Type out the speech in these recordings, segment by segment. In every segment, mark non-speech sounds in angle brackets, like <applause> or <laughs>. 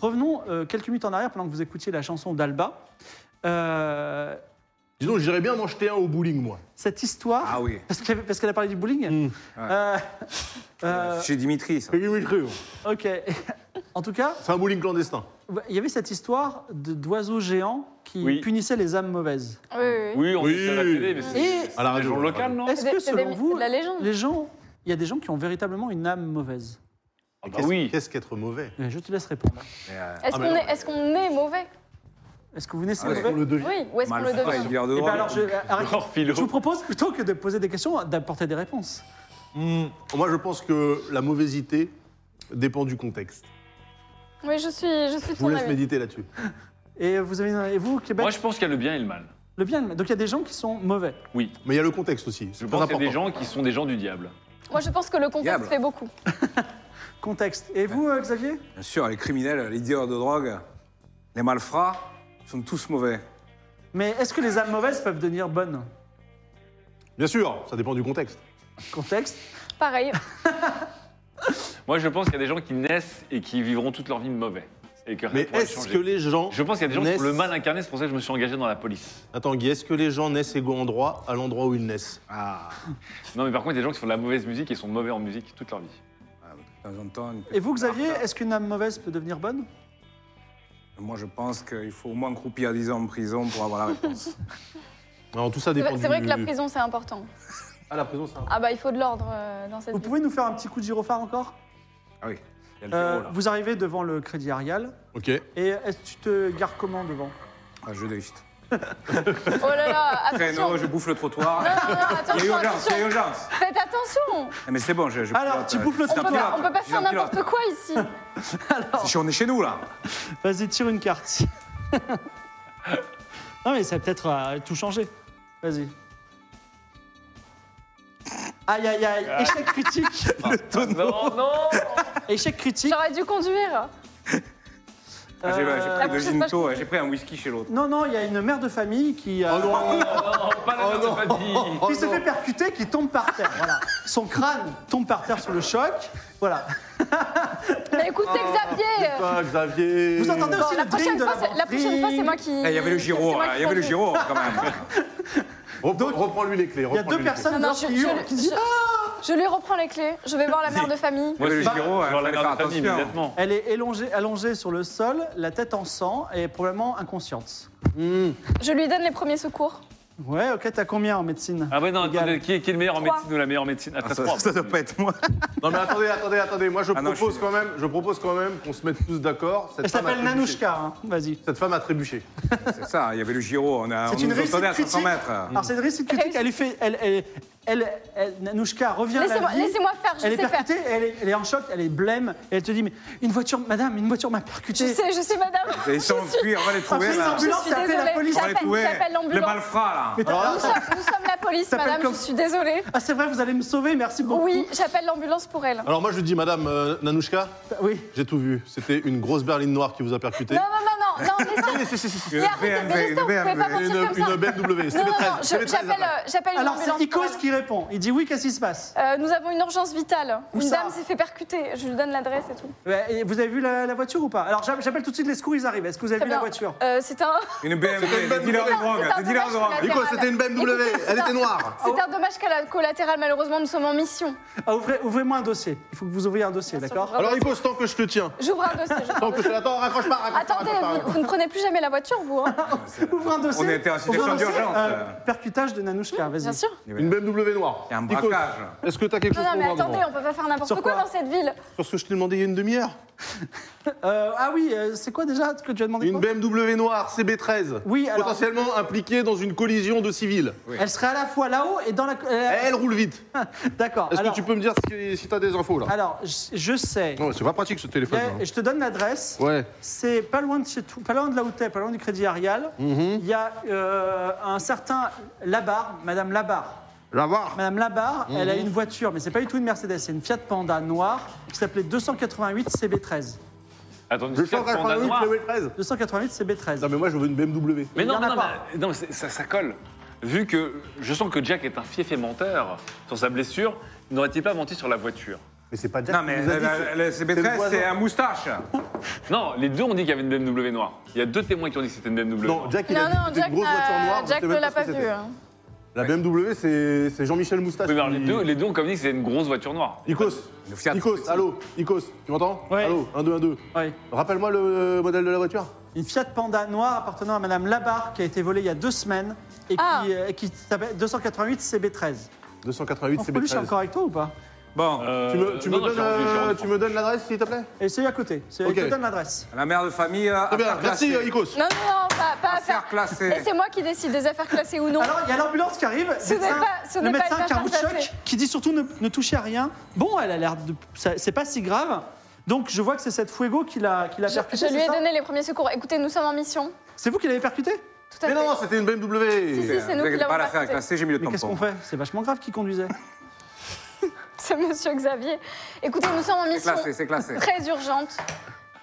Revenons euh, quelques minutes en arrière pendant que vous écoutiez la chanson d'Alba. Euh, Dis donc, j'irais bien m'en jeter un au bowling, moi. cette histoire. Ah oui. Parce qu'elle parce qu'elle a parlé du bowling. Euh, euh, Chez Dimitri, ça. C'est Dimitri, ouais. Ah. ok. <laughs> en tout cas, C'est un bowling clandestin. il y avait cette histoire de- d'oiseaux géants qui Oui. punissaient les âmes mauvaises. Oui, oui, oui. Oui, on Oui. dit ça à la télé, mais c'est Et À la un radio. jour local, non est-ce C'est que des- c'est des selon mythes, vous, de la légende. les gens, il y a des gens qui ont véritablement une âme mauvaise Ah bah Qu'est-ce- oui. Qu'est-ce qu'être mauvais Mais Je te laisse répondre. Mais, euh, Est-ce Ah, mais qu'on non. est, est-ce qu'on est mauvais Est-ce que vous naissez Ah ouais. mauvais On le devient. Oui, ou est-ce qu'on le Malfoy, devient Edgar de Eh ben Roy. alors, je, arrête. Genre philo. Je vous propose plutôt que de poser des questions, d'apporter des réponses. Hmm, Moi, je pense que la mauvaisité dépend du contexte. Oui, je suis, je suis Je vous de ton laisse avis. méditer là-dessus. Et vous, avez, et vous au Québec Moi, je pense qu'il y a le bien et le mal. Le bien, donc il y a des gens qui sont mauvais. Oui. Mais il y a le contexte aussi. Je C'est très pense qu'il y a important. des gens qui sont des gens du diable. Moi, je pense que le contexte Diable. fait beaucoup. Contexte. Et vous, euh, Xavier Bien sûr, les criminels, les dealers de drogue, les malfrats sont tous mauvais. Mais est-ce que les âmes mauvaises peuvent devenir bonnes Bien sûr, ça dépend du contexte. Contexte. <laughs> Pareil. Moi, je pense qu'il y a des gens qui naissent et qui vivront toute leur vie mauvais. Et que rien Mais pourra est-ce changer. que les gens. Je pense qu'il y a des gens qui naissent- ont le mal incarné, c'est pour ça que je me suis engagé dans la police. Attends, Guy, est-ce que les gens naissent égaux en droit à l'endroit où ils naissent Ah, Non, mais par contre, il y a des gens qui font de la mauvaise musique et sont mauvais en musique toute leur vie. de temps en temps. une petite Et vous, Xavier, tarte. est-ce qu'une âme mauvaise peut devenir bonne Moi, je pense qu'il faut au moins croupir 10 ans en prison pour avoir la réponse. Alors, tout ça C'est dépend vrai- du. c'est vrai que la prison, c'est important. Ah, la prison, ça. Ah bah, il faut de l'ordre euh, dans cette Vous vie. pouvez nous faire un petit coup de gyrophare encore ah oui, il y a le Euh, terreau, là. Vous arrivez devant le Crédit Arial. Ok. <laughs> Et est-ce que tu te gares comment devant Ah, je déchite. Oh <laughs> là là, attention. Traîneau, je bouffe le trottoir. Non, non, non, Il y a urgence, il y attention, a attention. urgence. Faites attention. Ah, Mais c'est bon, je, je Alors, pilote, tu euh, bouffes le je suis On un peut, pas, pilote, on peut pas je suis un faire n'importe pilote. quoi ici. Si on est chez nous, là. Vas-y, tire une carte. <laughs> non, mais ça a peut-être euh, tout changé. Vas-y. Aïe, aïe, aïe, échec <laughs> critique. Non, Oh, non échec critique. J'aurais dû conduire. Ah, J'ai Euh, j'ai la pris deux prochaine fois, ginto, je- j'ai pris un whisky chez l'autre. Non, non, il y a une mère de famille qui, euh, Non, pas la mère de famille. Oh qui se fait percuter, qui tombe par terre. Voilà. Son crâne tombe par terre sous le choc. Voilà. Mais écoutez, Oh. Xavier. euh, Ah, Xavier Vous entendez aussi la le dring prochaine de la fois, c'est- la prochaine fois, c'est moi qui. Eh, Il y avait le c'est giro, moi là, qui il y avait le conduis. giro quand même. Reprends- Reprends-lui les clés. Il y a deux personnes Non, non, dehors je, qui je- hurlent, qui disent ah, je- je lui reprends les clés. Je vais voir la mère de Moi, famille. Ah Mais je le suis Giro, hein, genre la fallait mère de faire famille, attention. immédiatement. Elle est élongée, allongée sur le sol, la tête en sang et probablement inconsciente. Je lui donne les premiers secours. Ouais, ok, t'as combien en médecine Ah ouais, non, Égal. attendez, qui est, qui est le meilleur en Trois. médecine ou la meilleure en médecine Ah, Ah, t'as ça, trois. ça doit pas être moi. Non, mais attendez, attendez, attendez. Moi, je Ah non, je propose suis- quand même, je propose quand même qu'on se mette tous d'accord. Cette Elle femme a s'appelle trébuché. Nanouchka, hein. Hmm. vas-y. Cette femme a trébuché. C'est ça, il y avait le giro, on, a, on C'est une nous réussite entendait à 500 critique. Ah. mètres. Alors c'est une réussite critique, elle lui fait... Elle, elle, elle- elle- Nanouchka revient à la Laissez-moi vie. laissez faire, je elle est sais faire. percutée, et elle est, elle est en choc, elle est blême, et elle te dit, mais une voiture, madame, une voiture m'a Je percutée. sais, je sais, madame. Et ils sont en fuite, on va les trouver. Appelez là. Je l'ambulance, suis appelez la désolée. police. On va les J'appelle trouver. j'appelle Le l'ambulance. malfrat, là. Alors là, Nous sommes, nous sommes la police, T'appelles madame, comme- je suis désolée. Ah c'est vrai, vous allez me sauver, merci beaucoup. Oui, j'appelle l'ambulance pour elle. Alors moi, je dis, Madame euh, Nanouchka, Oui. j'ai tout vu. C'était une grosse berline noire qui vous a percuté. Non, non, non, non, non, Si, laissez. si, si, si. Une Mais arrêtez, BMW, mais laissez, une vous pouvez pas BMW. mentir Une, comme une ça. BMW, Non, non, CB13. non, je- j'appelle euh, j'appelle une Alors ambulance c'est pour Icos elle. qui répond, il dit oui, qu'est-ce qui se passe Euh, nous avons une urgence vitale. Où une ça dame s'est fait percuter. Je lui donne l'adresse et tout. Ouais, et Vous avez vu la, la voiture ou pas Alors j'a- j'appelle tout de suite les secours, ils arrivent. Est-ce que vous avez Très vu bien. la voiture Euh, c'est un, Une BMW, des dealers de Non, drogue, c'est un des dealers de dommage drogue. collatéral. Nico, c'était une BMW, Écoutez, elle c'est était un- noire. C'est un oh. dommage colla- collatéral. Malheureusement, nous sommes en mission. Ah, ouvrez- Ouvrez-moi un dossier. Il faut que vous ouvriez un dossier, Bien sûr, d'accord j'ouvre un Alors dossier. Nico, tant que je te tiens, J'ouvre un dossier. j'ouvre un tant que je dossier. te l'attends, raccroche pas, raccroche pas, Attendez, raccroche pas, vous, raccroche Vous ne prenez plus jamais la voiture, vous, hein <laughs> Ouvre un dossier. On était en Ouvre situation un dossier, d'urgence. euh, percutage de Nanouchka, vas-y. Bien sûr. Une BMW noire. Il y a un Nikos, braquage. Est-ce que t'as quelque Non, chose non, pour mais moi attendez, devant on peut pas faire n'importe Sur quoi quoi dans cette ville. Sur ce que je t'ai demandé il y a une demi-heure. Euh, ah oui, euh, c'est quoi déjà ce que tu as demandé Une quoi BMW noire CB13. Oui, alors- Potentiellement impliquée dans une collision de civils. Elle serait à la fois là-haut et dans la. euh, Elle roule vite. D'accord. Est-ce Alors, que tu peux me dire si, si t'as des infos là alors, je je sais. Non, c'est pas pratique ce Il y téléphone. a- là. je te donne l'adresse. Ouais. C'est pas loin de chez tout- pas loin de là où t'es, pas loin du Crédit Arial. Mhm. Il y a euh, un certain Labarre, Madame Labarre. La barre. Madame Labarre, elle a une voiture, mais c'est pas du tout une Mercedes, c'est une Fiat Panda noire qui s'appelait 288 CB13. Attends, Je une vais faire Fiat un Panda noire. BMW13. 288 Non CB13. mais moi je veux une BMW. Il Mais y non, en a non, pas. mais- non, mais c'est- ça, ça colle. Vu que je sens que Jack est un fief et menteur sur sa blessure, n'aurait-il pas menti sur la voiture Mais c'est pas Jack Non, qui mais nous a dit, la- c'est- la c'est le CB13, voisin. c'est un moustache. Non, les deux ont dit qu'il y avait une BMW noire. Il y a deux témoins qui ont dit que c'était une BMW Non, noire. Jack il Non, a dit que non, c'était Jack, une grosse voiture n'a- noire. je Jack sais ne même l'a pas pas ce que vu. c'était. hein. La BMW c'est c'est Jean-Michel Moustache. Oui, mais alors, les qui- deux, les deux ont quand même dit que c'était une grosse voiture noire. Icos, Le Fiat. Icos, allô, Icos, tu m'entends Ouais. Allô, 1, 2, 1, 2. Ouais. Rappelle-moi le modèle de la voiture. Une Fiat Panda noire appartenant à Madame Labarre qui a été volée il y a deux semaines et Ah. qui, euh, qui s'appelle 288 CB13. 288 En CB13. je suis encore avec toi ou pas Bon, Euh, Tu me, tu non, me non, donnes, j'ai envie- j'ai euh, envie de tu me donnes l'adresse, s'il te plaît Et c'est à côté. C'est- Ok. Je te donne l'adresse. la mère de famille. euh, Ah, Très bien, affaire merci classée. euh, Icos. Non, non, non, pas, pas à Affaire faire. classée. Et c'est moi qui décide des affaires classées ou non. Alors, il y a l'ambulance qui arrive. Ce n'est médecin- pas- ce le n'est pas médecin une qui a un coup de affaire choc classée. qui dit surtout ne, ne touchez à rien. Bon, elle a l'air de. ça- C'est pas si grave. Donc, je vois que c'est cette Fuego qui l'a qui l'a je, percutée. je lui c'est ai ça donné les premiers secours. Écoutez, nous sommes en mission. C'est vous qui l'avez percutée Tout à Mais fait. non, c'était une Si, si. BMW. c'est nous qui l'avons pas l'affaire raconté. classée, j'ai mis le Mais qu'est-ce qu'on tampon. fait C'est vachement grave qui conduisait. C'est monsieur Xavier. Écoutez, nous sommes en C'est mission classé, c'est classé. très urgente.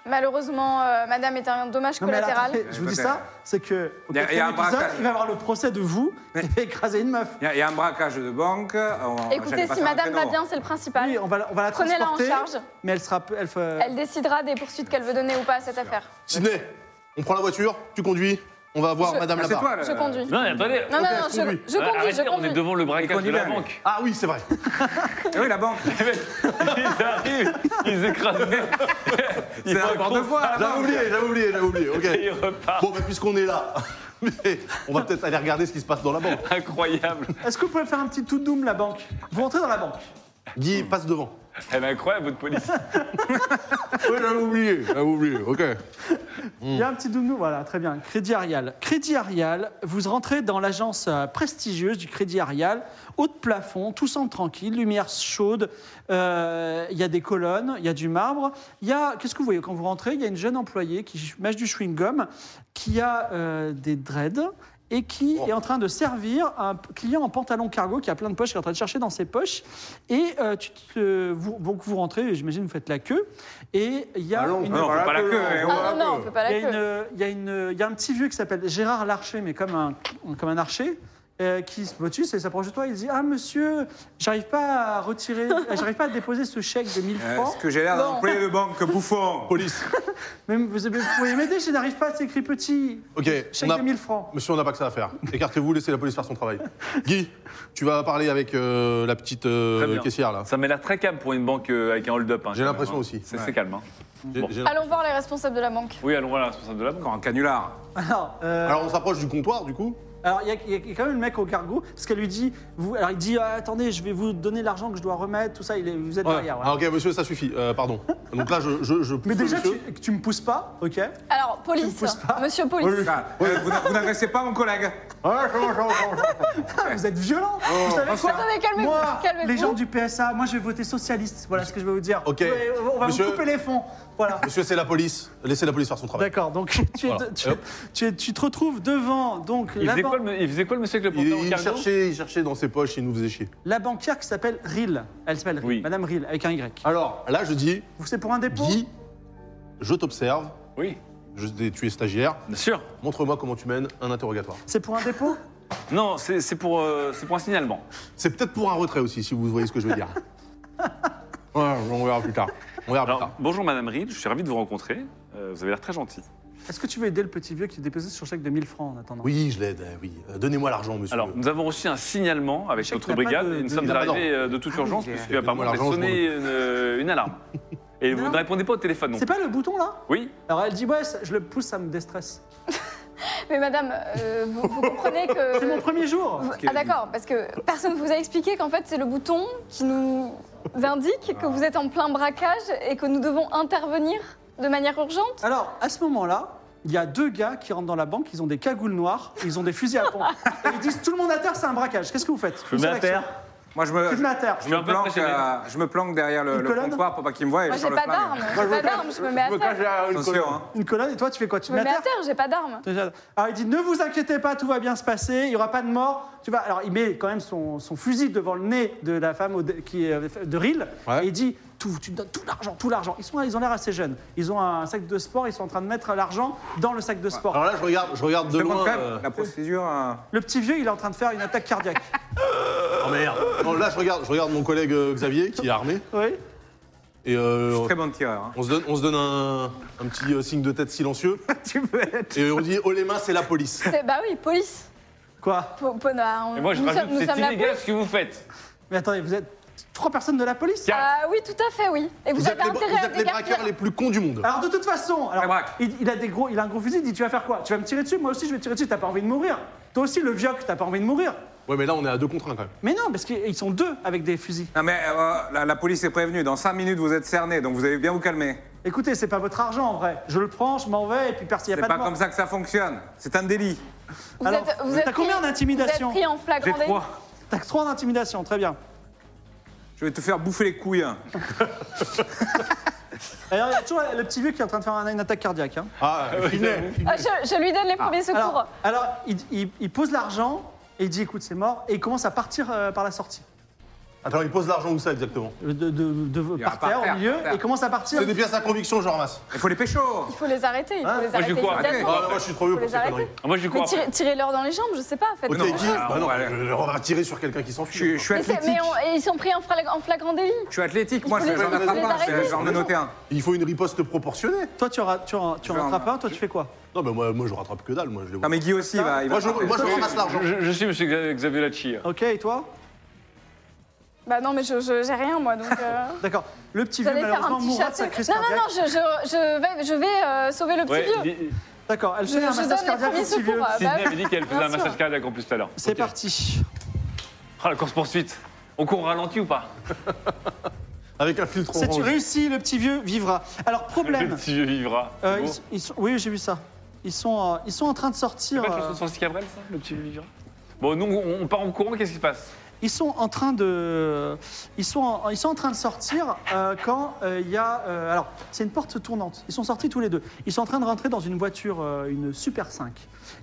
Malheureusement, euh, madame est un dommage Non, mais alors, collatéral. attendez, je vous dis ça, c'est que au Il y a- il y quatrième a un épisode, braquage. il va y avoir le procès de vous qui avez écrasé une meuf. Il y a- il y, a un braquage de banque. on- j'allais Écoutez, pas si faire un madame va créneau. bien, c'est le principal. Oui, on va, la- on va la Prenez-la en transporter. charge. Mais elle sera, elle, fe- Elle décidera des poursuites qu'elle veut donner ou pas à cette affaire. Sydney, on prend la voiture, tu conduis, on va voir Je- Madame Ah, C'est là-bas. toi, là. Je conduis. Non, mais attendez. Non, non, non, je je, je conduis. conduis, je Euh, arrêtez, on est conduis. devant le braquage de conduit la bien, banque. Ah oui, c'est vrai. Eh oui, la banque. Ils arrivent, ils écrasent. C'est encore deux fois, la J'avais banque. oublié, j'avais oublié, j'avais oublié. Ils Ok. repartent. Bon, bah, puisqu'on est là, <laughs> mais on va peut-être aller regarder ce qui se passe dans la banque. Incroyable. Est-ce que vous pouvez faire un petit tout doom la banque Vous rentrez dans la banque. Guy, passe devant. Elle est incroyable, votre police. Oui, j'avais oublié, j'avais oublié. Ok. Il y a un petit doudou, voilà, très bien. Crédit Arial. Crédit Arial, vous rentrez dans l'agence euh, prestigieuse du Crédit Arial, haut de plafond, tout semble tranquille, lumière chaude, euh, il y a des colonnes, il y a du marbre. Il y a, qu'est-ce que vous voyez quand vous rentrez Il y a une jeune employée qui mâche du chewing-gum, qui a euh, des dreads et qui est en train de servir un p- client en pantalon cargo qui a plein de poches, qui est en train de chercher dans ses poches. Et euh, tu te- vous, donc vous rentrez, j'imagine vous faites la queue, et il y a Ah non, une... Non, Voilà pas la que- queue. eh, Ah, on Ah va- non, non, on ne peut pas Il y, la a queue. une- il y a une- il y a un petit vieux qui s'appelle Gérard Larcher, mais comme un, comme un archer, euh, qui se motus et s'approche de toi. Il dit Ah, monsieur, j'arrive pas à <laughs> retirer, euh, j'arrive pas à déposer ce chèque de 1000 Euh, francs. Est-ce que j'ai l'air d'un Bon. employé de banque bouffon Police. Mais vous, vous pouvez m'aider, je n'arrive pas, c'est écrit petit. Ok. Chèque on a- de 1000 francs. <laughs> Monsieur, on n'a pas que ça à faire. Écartez-vous, laissez la police faire son travail. Guy, tu vas parler avec euh, la petite euh, Très bien. caissière là. Ça m'a l'air très calme pour une banque euh, avec un hold-up. hein, J'ai quand l'impression même, hein. aussi. C'est Ouais. c'est calme. hein. J'ai- Bon. j'ai- Allons voir les responsables de la banque. Oui, allons voir la responsable de la banque. Encore un canular. Alors, euh, Alors on s'approche du comptoir du coup. alors, il y a- il y, a quand même le mec au cargo, parce qu'elle lui dit vous, Alors, il dit Ah, Attendez, je vais vous donner l'argent que je dois remettre, tout ça, il est- vous êtes Ouais. derrière. ouais. Ah, ok monsieur, ça suffit. Euh, pardon. Donc là je je, je pousse Mais déjà, monsieur. tu, tu me pousses pas, ok Alors, Tu me police, pousses pas monsieur police. Ah, euh, vous vous n'agressez pas mon collègue. Ah, c'est bon, c'est bon, c'est bon, c'est bon. Vous êtes violent Oh. Vous savez quoi Attendez, calmez-vous, Moi, calmez-vous. les gens du PSA, moi je vais voter socialiste. Voilà ce que je vais vous dire. Ok. Ouais, On va Monsieur- vous couper les fonds. Voilà. Monsieur, c'est la police. Laissez la police faire son travail. D'accord. Donc tu, es- Voilà. tu- Et hop. tu es- tu te retrouves devant donc Il la, faisait, ban- quoi, le- il faisait quoi le monsieur avec le Il, pantalon il cargo cherchait, il cherchait dans ses poches, il nous faisait chier. la banquière qui s'appelle Ril. Elle s'appelle Ril, Oui. Madame Ril avec un Y. Alors là, je dis, Vous C'est pour un dépôt. Guy, je t'observe. Oui, Je, tu es stagiaire. bien sûr. Montre-moi comment tu mènes un interrogatoire. C'est pour un dépôt. <laughs> Non, c'est c'est pour, euh, c'est pour un signalement. C'est peut-être pour un retrait aussi, si vous voyez ce que je <laughs> veux dire. Ouais, on verra plus tard. On verra plus Alors, tard. bonjour Madame Reed, je suis ravi de vous rencontrer. Euh, vous avez l'air très gentil. Est-ce que tu veux aider le petit vieux qui dépose sur chèque de 1000 francs en attendant Oui, je l'aide, euh, oui. Euh, Donnez-moi l'argent, monsieur. Alors, nous avons reçu un signalement avec Je sais notre qu'il n'a pas brigade de- et nous de- sommes il a pas arrivés euh, de toute Ah oui, urgence il est- puisque apparemment vous avez Donne-moi l'argent, sonné une, euh, une alarme. Et vous Non. ne répondez pas au téléphone non C'est plus. pas le bouton là Oui Alors elle dit ouais, ça- je le pousse, ça me déstresse. Mais madame, euh, vous, vous comprenez <laughs> Euh, que. C'est mon premier jour. Vous- qu'elle Ah d'accord, parce que personne ne vous a expliqué qu'en fait c'est le bouton qui nous indique que vous êtes en plein braquage et que nous devons intervenir de manière urgente. Alors, à ce moment-là, il y a deux gars qui rentrent dans la banque, ils ont des cagoules noires, et ils ont des fusils à pompe. Et ils disent tout le monde à terre, c'est un braquage. Qu'est-ce que vous faites Je me mets à terre. Moi, je me, Tu te mets à terre. je me un peu planque, impressionné. euh, je me planque derrière le, Une le colonne comptoir pour pas qu'il me voie. et Moi je j'ai sors le pas flingue. d'arme, j'ai pas d'arme, je me mets à me cache terre. derrière une colonne. Attention, hein. Une colonne, et toi, tu fais quoi Tu Je te me mets mets à terre, j'ai pas d'arme. Alors il dit ne vous inquiétez pas, tout va bien se passer, il n'y aura pas de mort. Tu vas. Alors il met quand même son, son fusil devant le nez de la femme au- qui est euh, de Ril Ouais. et il dit tout, tu me donnes tout l'argent, tout l'argent. Ils sont, ils ont l'air assez jeunes. Ils ont un sac de sport, ils sont en train de mettre l'argent dans le sac de sport. Alors là, je regarde, je regarde Je de demande loin. quand même euh, la procédure. hein. Le petit vieux, il est en train de faire une attaque cardiaque. Oh merde. Non, là, je regarde, je regarde mon collègue euh, Xavier qui est armé. oui. Et euh, Je suis très bon tireur. hein. on se donne, on se donne un, un petit euh, signe de tête silencieux. tu peux être. Et on dit oh les mains, c'est la police. C'est- Bah oui, police. Quoi Po- po- bah, on- Et moi, je nous rajoute, sommes- nous c'est sommes la illégal police. ce que vous faites. Mais attendez, vous êtes trois personnes de la police Tiens. Ah oui, tout à fait, oui. Et vous, Vous êtes avez les, intérêt vous à êtes les braqueurs dégarpir. les plus cons du monde. Alors de toute façon, alors, Ouais, braque. il, il a des gros, il a un gros fusil, il dit tu vas faire quoi Tu vas me tirer dessus, moi aussi je vais te tirer dessus, t'as pas envie de mourir. Toi aussi le vieux, t'as pas envie de mourir. Ouais, mais là, on est à deux contre un quand même. Mais non, parce qu'ils sont deux avec des fusils. Non mais euh, la, la police est prévenue, dans 5 minutes vous êtes cerné, donc vous allez bien vous calmer. Écoutez, c'est pas votre argent en vrai. Je le prends, je m'en vais et puis personne, y a C'est pas, pas de mort. comme ça que ça fonctionne, c'est un délit. Vous Alors, êtes- vous t'as êtes combien pris- d'intimidation Vous êtes pris en J'ai flagrant délit. trois, T'as que trois d'intimidation, très bien. je vais te faire bouffer les couilles. hein. Alors il y a toujours le petit vieux qui est en train de faire un- une attaque cardiaque. hein. Ah, punaise. Ah, je, je lui donne les premiers secours. Alors, alors, il, il- il pose l'argent et il dit écoute c'est mort et il commence à partir euh, par la sortie. Attends, il pose l'argent où ça exactement De, de- de- y a par, un terre, parterre, au milieu, par terre. et il commence à partir. C'est des pièces à conviction, je ramasse. Il faut les pécho Il faut les arrêter, il faut les hein Moi, j'y arrêter. crois. Arrêtez. immédiatement. Ah, non, moi, je suis trop vieux Faut pour les ces conneries. arrêter. Ah, Moi, je Mais crois. tirez, tirez-leur dans les jambes, je sais pas, faites Ok, non, Guy, alors, bah on non, va aller. je- on va tirer sur quelqu'un qui Je, s'enfuit. suis- je suis Mais, c'est- athlétique, mais on- et ils sont pris en, flag- en flagrant délit. je suis athlétique, Il moi faut je- les j'en arrêter, attrape les pas, arrêter. je- j'en ai noté un. Il faut une riposte proportionnée. Toi tu, auras- tu, auras- tu Je vais en- rattrapes un, toi tu fais quoi Non, mais moi, moi, je rattrape que dalle, moi, je les vois. Non Ah, mais Guy aussi va... il va Moi, je, frapper. moi, je ramasse l'argent. Je, je suis monsieur Xa- Xavier Lachi. Ok, et toi Bah non, mais je, je- j'ai rien, moi, donc... euh, D'accord. Le petit Vous vieux, allez faire un malheureusement, petit mourra de chat. sa crise Non, non, cardiaque. non, je, je, je vais, je vais euh, sauver le petit Ouais, vieux. Li- D'accord, elle Je- fait un je massage donne les cardiaque au premiers petit vieux. secours, Ah, Sydney bah, avait dit qu'elle faisait un bien sûr. massage cardiaque en plus tout à l'heure. C'est parti. Ah, la course poursuite. On court au ralenti ou pas Avec un filtre C'est tu orange. réussis, le petit vieux vivra. Alors, Le problème. petit vieux vivra. euh, C'est beau. ils- ils sont- oui, j'ai vu ça. Ils sont, euh, ils sont en train de C'est sortir. pas de euh, chanson de Francis Cabrel, ça Le petit vieux vivra Bon, nous, on on part en courant, qu'est-ce qui se passe ils sont en train de, ils sont, en, ils sont en train de sortir euh, quand euh, il y a. euh, alors, c'est une porte tournante. Ils sont sortis tous les deux. Ils sont en train de rentrer dans une voiture, euh, une Super 5.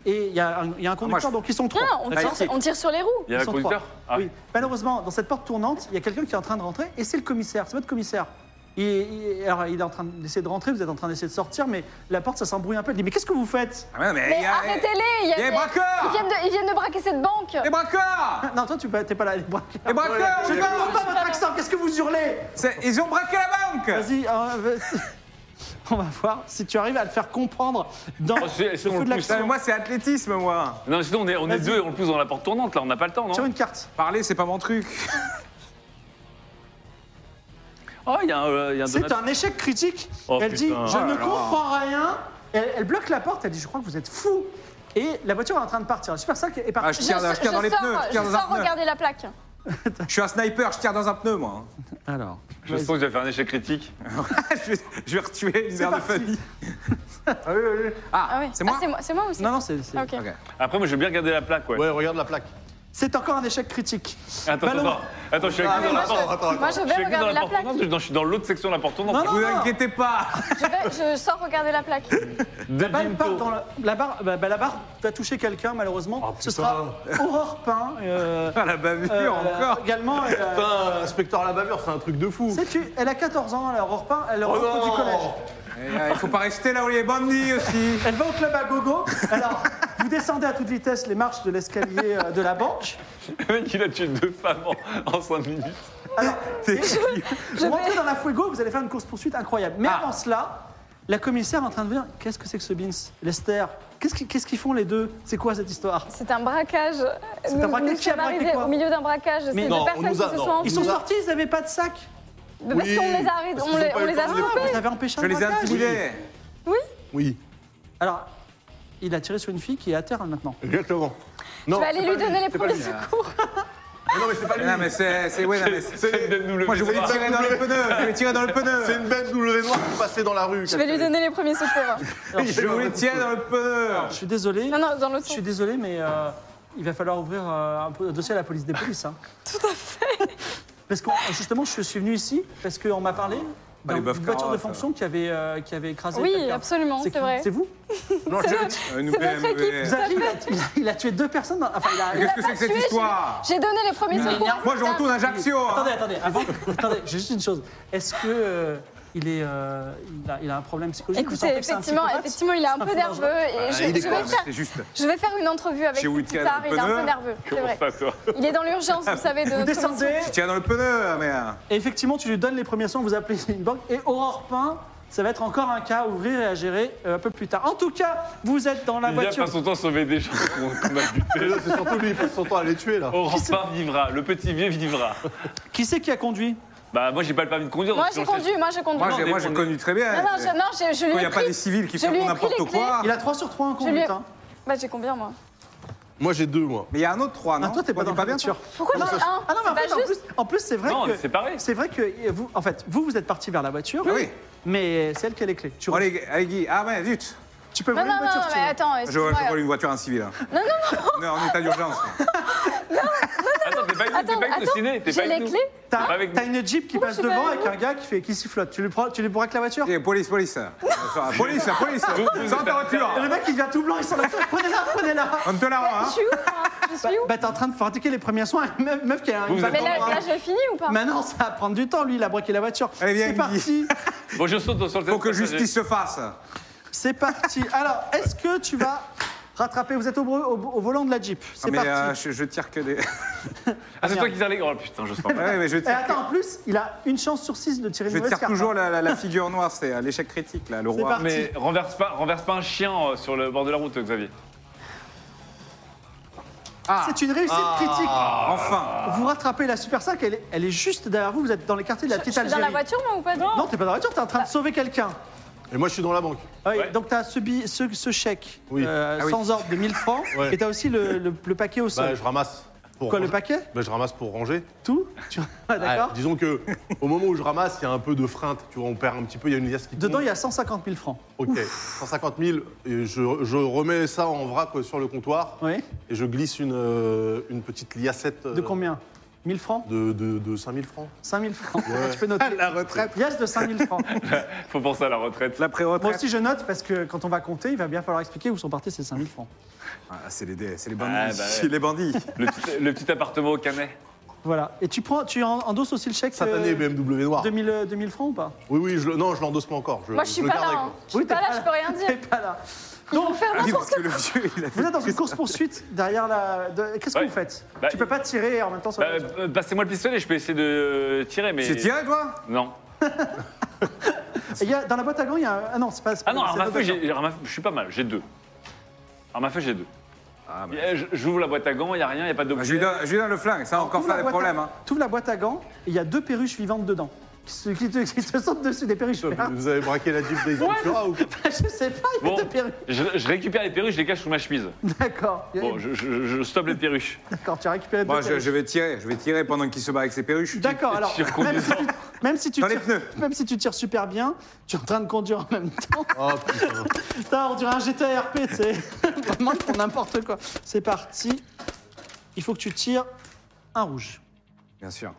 Et il y, a un- il y a un conducteur, donc ils sont trois. Non, non, on tire, D'accord. sur- on tire sur les roues. Il y a Ils un sont conducteur Ah, Oui, malheureusement, dans cette porte tournante, il y a quelqu'un qui est en train de rentrer et c'est le commissaire, c'est votre commissaire. Il, il- alors, il est en train d'essayer de rentrer, vous êtes en train d'essayer de sortir, mais la porte, ça s'embrouille un peu. Il dit Mais qu'est-ce que vous faites Ah, mais, il Mais y a- arrêtez-les, il Il y a- y a des ils braqueurs Eh, viennent de- ils viennent de braquer cette banque. Les braqueurs Ah, Non, toi, tu peux- t'es pas là. les braqueurs. Les braqueurs Je on ne y va comprends pas votre accent, qu'est-ce que vous hurlez C'est- Ils ont braqué la banque Vas-y, euh, vas- <laughs> on va voir si tu arrives à le faire comprendre dans Oh, c'est- le sinon, on feu de le pousse, Non, mais l'action. Moi c'est athlétisme moi Non, mais sinon, on est, on est Vas-y. deux et on le pousse dans la porte tournante, là, on n'a pas le temps, Tire non une carte. Parler c'est pas mon truc <laughs> Oh, il y a un, euh, il y a un C'est Donat- un échec critique. Oh, elle dit putain. Je Oh ne là là. comprends rien. Elle, elle bloque la porte, elle dit Je crois que vous êtes fou. Et la voiture est en train de partir. Super 5 est Ah, partie. je tire, je tire dans les sors, pneus, je je tire dans un sors pneu. regarder la plaque. Je suis un sniper, je tire dans un pneu moi <laughs> Alors. Je sens que je vais faire un échec critique. je, vais, je vais retuer une mère de parti. famille. ah oui, oui, oui. Ah, Ah oui. c'est moi Ah, c'est moi, c'est moi aussi. Non, non, c'est. c'est- Ah, ok. Ok. Après, moi, je vais bien regarder la plaque, ouais. Ouais, regarde la plaque. C'est encore un échec critique. Attends, attends, Malheureux- attends, Attends, je suis avec Ah, lui dans mais la moi, porte. attends, attends. Moi, je Je vais suis avec lui dans regarder la la porte plaque. tournante, je suis dans- je suis dans l'autre section de la porte tournante. Non, non. Vous inquiétez pas <laughs> Je, vais- je sors regarder la plaque. De Bah, elle part Pinto. dans la, la barre, bah, bah, la barre va toucher quelqu'un, malheureusement. Oh, Ce putain. sera Aurore Pain. <laughs> euh, Ah, La bavure euh, encore Également. elle, euh, Putain, inspecteur à la bavure, c'est un truc de fou. sais-tu, elle a 14 ans, elle Aurore Pain, elle Oh rentre du non. collège. Eh, eh, Il faut pas rester là où il y a les bandits aussi Elle va au club à gogo. Alors, vous descendez à toute vitesse les marches de l'escalier euh, de la banque. Le mec, il a tué deux femmes en, 5 minutes. Vous rentrez dans la Fuego, vous allez faire une course-poursuite incroyable. Mais avant cela, la commissaire est en train de vous dire Qu'est-ce que c'est que ce Beans Lester Qu'est-ce qui- qu'est-ce qu'ils font les deux C'est quoi cette histoire C'est un braquage. un braquage. Qui a sommes braqué arrivés quoi au milieu d'un braquage. C'est Mais deux non, on personnes nous a- qui se non. sont Ils sont Nous a- sortis, ils n'avaient pas de sac. Ah, Parce Oui, qu'on les a, arrêt- parce on qu'ils les, ont pas on eu les le a temps de- stoppés. Vous avez empêché Je un les ai braquage. intimidés. Oui, Alors, il a tiré sur une fille qui est à terre hein, maintenant. exactement. Je Non, vais aller c'est lui pas donner les c'est pas premiers lui. secours. Mais Non, mais c'est pas lui. Non, mais c'est. c'est- ouais, non, mais c'est- Donne-nous le Moi, je voulais message. tirer dans le pneu. Je voulais tirer dans le C'est pneu. une bête le noire qui passait dans la rue. Je vais lui donner les premiers secours. Alors, Je voulais tirer dans le pneu. Je suis désolé. Non, non, dans l'autre Je suis sens. désolé, mais euh, il va falloir ouvrir euh, un, peu- un dossier à la police des polices. <laughs> Tout à fait. Parce que justement, je suis venu ici parce qu'on m'a parlé Ah, d'une les boeufs voiture de carottes. fonction qui avait, euh, qui avait écrasé. Oui, quelqu'un. absolument, c'est qui vrai. C'est vous Non, je- Une C'est notre BMW. Vous avez- il, a, il a- il a tué deux personnes. dans- Enfin, il a- <laughs> Qu'est-ce que c'est que cette tué, je- histoire J'ai donné les premiers secours. à Moi, je cette retourne à Ajaccio. hein. Attendez, attendez, avant, attendez, j'ai juste une chose. Est-ce que euh, il est, euh, il, a, il a un problème psychologique Vous Écoutez, sentez que c'est un effectivement, psychopathe effectivement, il est un C'est un peu peu nerveux Ah, et je, il est je con, vais mais faire, C'est juste. je vais faire une entrevue avec Chez lui plus Wittgen, tard. le Il est un peu pneu. nerveux, c'est Comment vrai. ça, toi Il est dans l'urgence, vous savez, de. Vous descendez, Je tiens dans le pneu, mais. euh. et effectivement, tu lui donnes les premiers soins, vous appelez <laughs> une banque, et Aurore Pain, ça va être encore un cas à ouvrir et à gérer euh, un peu plus tard. En tout cas, vous êtes dans la Il a voiture. pas son temps à sauver des gens qu'on qu'on a Mais butés. là, c'est surtout lui, il passe son temps à les tuer là. Au rempart vivra, le petit vieux vivra. Qui c'est qui a conduit Bah moi j'ai pas le permis de conduire. Moi, donc j'ai je suis conduit, moi, j'ai conduit. Moi, j'ai- mais moi, je on est- connu très bien. Non, non, je, non, je, je Quand il lui n'y ai a pas pris. des civils qui je lui ai font pris les n'importe clés. quoi. Il a 3 sur 3 en Je lui conduite. ai- hein. Bah, j'ai combien, moi Moi j'ai deux, moi. Mais il y a un autre 3, non Ah, toi, t'es pas On dans dit la bien voiture. Pourquoi Ah, j'ai un Ah non, mais en C'est fait, pas en juste. plus, en plus, c'est vrai Non, on que. est séparés. C'est vrai que vous, en fait, vous, vous êtes parti vers la voiture, Ah oui. mais c'est elle qui a les clés. Tu, Bon, allez, allez, Guy. Ah, ouais, zut. tu peux Non, voler Bah non, une voiture. non, tu mais veux. attends, Je, je vole excuse-moi. une voiture à un civil. Non, non, non. On est en état d'urgence. Attends, t'es pas avec nous, t'es Attends, pas avec nous, attends, ciné, t'es pas j'ai avec les nous. clés. T'es T'as pas avec t'as nous. une Jeep qui Pourquoi passe je suis pas devant avec avec un gars qui, fait, qui sifflote. Tu lui, prends, tu lui braques la voiture Eh, police, police. Enfin, Police, police. vous Sors ta êtes- voiture. Et le mec, il devient tout blanc, il sort la voiture. Prenez-la, prenez-la On te la rend, Je hein. suis où moi Je suis où Ah. Bah, t'es en train de pratiquer les premiers soins. <laughs> à une Meuf, meuf qui a une Vous vous Mais balle là, dans le là, bras. je finis ou pas Maintenant, ça va prendre du temps, lui, il a braqué la voiture. Allez, viens, C'est Guy. parti <laughs> Bon je saute sur le Faut que passager. justice se fasse. C'est parti Alors, est-ce que tu vas rattraper Vous êtes au, bre- au- au volant de la Jeep. Ah, C'est mais parti euh, je, je tire que des. <laughs> Ah c'est toi qui tires les. Oh putain je sens. Ouais, mais je Et tire, Eh, attends, en plus, il a une chance sur six de tirer une je mauvaise tire carte. toujours hein. la, la- la figure noire, c'est euh, l'échec critique, là, le C'est roi. parti. Mais renverse pas, renverse pas un chien euh, sur le bord de la route, Xavier. Ah, C'est une réussite critique enfin. Vous rattrapez la Super 5, elle est, elle est juste derrière vous, vous êtes dans les quartiers de la Je Petite suis dans Algérie. la voiture, Bah. moi, ou pas du tout Non, t'es pas dans la voiture, t'es en train de sauver quelqu'un. Et moi je suis dans la banque. Ouais, Ouais. Donc, tu as ce, bi- ce, ce chèque Oui. euh, Ah oui. sans ordre de 1000 francs Ouais. et tu as aussi le, le- le paquet au sol. Bah, je ramasse. Pour Quoi, le ranger. paquet Bah, je ramasse pour ranger. Tout Tu- Ah, D'accord Ouais, disons que au moment où je ramasse, il y a un peu de freinte. Tu vois, on perd un petit peu, il y a une liasse qui tombe. Dedans, il y a 150 000 francs. Ok, 150 000. Et je, je remets ça en vrac euh, sur le comptoir Oui. et je glisse une, euh, une petite liassette. euh, De combien Euh, 1000 francs de, de, de 5 000 francs. 5000 francs. <laughs> Ouais. Tu peux noter. La retraite. Yes de 5000 francs. Faut penser à la retraite. La Moi pré-retraite. aussi, je note parce que quand on va compter, il va bien falloir expliquer où sont partis ces 5000 francs. Ah, c'est les, dé- c'est les Ah, bandits. bah <laughs> ouais. C'est les bandits. Le petit, le petit appartement au canet. Voilà. Et tu prends, tu en- endosses aussi le chèque euh, Satané BMW noir. 2000, euh, 2000 francs ou pas Oui, oui, je, le- non, je l'endosse pas encore. Moi, je suis le pas garde là. avec hein. moi. Je suis Oui, t'es pas là, je peux <laughs> rien T'es dire. pas là. Ils vont faire Ah oui, n'importe parce que le vieux, il a fait Vous êtes dans une tout ça. course-poursuite derrière la. de- Qu'est-ce que Ouais. vous faites Bah, Tu peux pas tirer en même temps sur Bah, la voiture. euh, Passez-moi le pistolet, je peux essayer de tirer, mais. Tu tiré, toi Non. Et il y a- dans la boîte à gants, il y a. un- Ah non, c'est pas. Ah non, c'est arme pas à feu, d'accord. j'ai- arme à feu, je suis pas mal, j'ai deux. Arme à feu, j'ai deux. Ah, bah. Et je- J'ouvre la boîte à gants, il n'y a rien, il n'y a pas Bah, d'objet. je, lui donne, je lui donne le flingue, ça va encore T'ouvres la faire des boîte à- problèmes. Hein. T'ouvres la boîte à gants, et il y a deux perruches vivantes dedans. Qui, se- qui te, qui te sautent dessus, des perruches. hein. vertes. Vous avez braqué la Jeep des Cultura ou quoi je sais pas, il y a Bon. deux perruches. Je, je récupère les perruches, je les cache sous ma chemise. D'accord. Il y a- Bon, je, je, je stoppe les perruches. D'accord, tu as récupéré Bon, deux je, perruches. je vais tirer, je vais tirer pendant qu'il se bat avec ses perruches. D'accord, alors. Je Même si, reconduisant. tu, même si tu Dans les tires, pneus. même si tu tires super bien, tu es en train de conduire en même <laughs> temps. Oh putain. Putain, on dirait un GTA RP, tu sais. <laughs> Vraiment, ils font n'importe quoi. C'est parti. Il faut que tu tires un rouge. Bien sûr.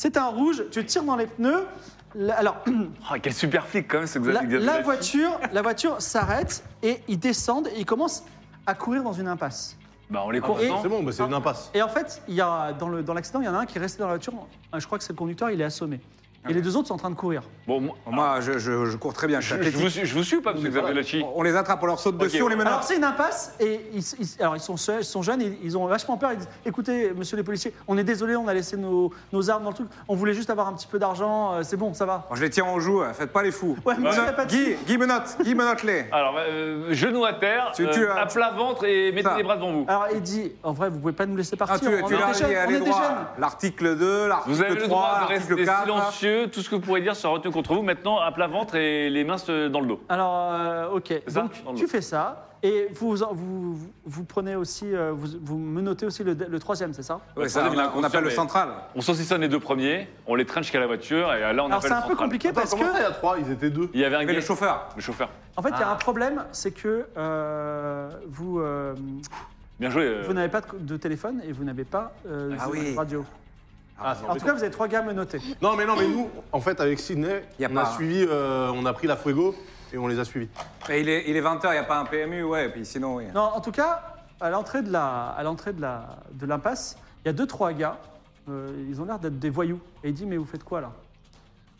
C'est un rouge, tu tires dans les pneus. La- alors, Oh, quel super flic quand même ce la, Xavier. la voiture la voiture s'arrête et ils descendent et ils commencent à courir dans une impasse. Bah, on les course, Et- non C'est bon, bah, c'est une impasse. Euh, Et en fait, il y a, dans le- dans l'accident, il y en a un qui est resté dans la voiture. Je crois que c'est le conducteur, il est assommé. Et les deux autres sont en train de courir. Bon, moi, Moi, je, je- je cours très bien. je, suis je vous, athlétique. suis- je vous suis ou pas, monsieur Xavier Lachi On les attrape, on leur saute dessus, Ok. on les Alors menace. c'est une impasse et ils, ils- alors ils sont, seuls, ils sont jeunes, ils, ils ont vachement peur. Ils disent écoutez, monsieur les policiers, on est désolé, on a laissé nos, nos armes dans le truc. On voulait juste avoir un petit peu d'argent. euh, C'est bon, ça va. Bon, je les tiens en joue, hein, faites pas les fous. Ouais, mais Voilà. tu n'as pas de- Guy, Guy menotte, Guy menotte-les. Alors, euh, genoux à terre, Tu- euh, tu as- à plat ventre et mettez Ça. les bras devant vous. Alors il dit en vrai, vous pouvez pas nous laisser Ah, partir. tu, on tu est l'as des jeunes, dit, on allez est des jeunes. droit. L'article 2, Vous avez l'article le 3, droit de rester l'article 4. silencieux. Tout ce que vous pourrez dire sera retenu contre vous. Maintenant, à plat ventre et les mains se- dans le dos. Alors, euh, ok. ça, Donc, dans le- tu fais ça. Et vous, en- vous, vous- vous prenez aussi, euh, vous, vous menotez aussi le, le troisième, c'est ça Ouais, ça, Attendez, on, a- mais on appelle le mais- central. On saucissonne les deux premiers, on les traîne jusqu'à la voiture et là, on Alors, appelle c'est un le peu central. compliqué Attends, parce comment ça, il y que. a trois Ils étaient deux. Il y avait un Mais gars- le chauffeur. le chauffeur. En fait, il y a Ah. un problème, c'est que euh, vous, euh, Bien joué. euh. vous n'avez pas de, de téléphone et vous n'avez pas euh, Ah de oui. radio. Ah, c'est En tout embêtant. cas, vous avez trois gars menottés. Non, mais non, mais nous, en fait, avec Sydney, Y a on pas- a suivi, euh, on a pris la Fuego et on les a suivis. Et il est, il est 20h, il n'y a pas un PMU, ouais, et puis sinon, oui. Non, en tout cas, à l'entrée de la, à l'entrée de la, de l'impasse, il y a deux trois gars. euh, ils ont l'air d'être des voyous. Et il dit mais vous faites quoi là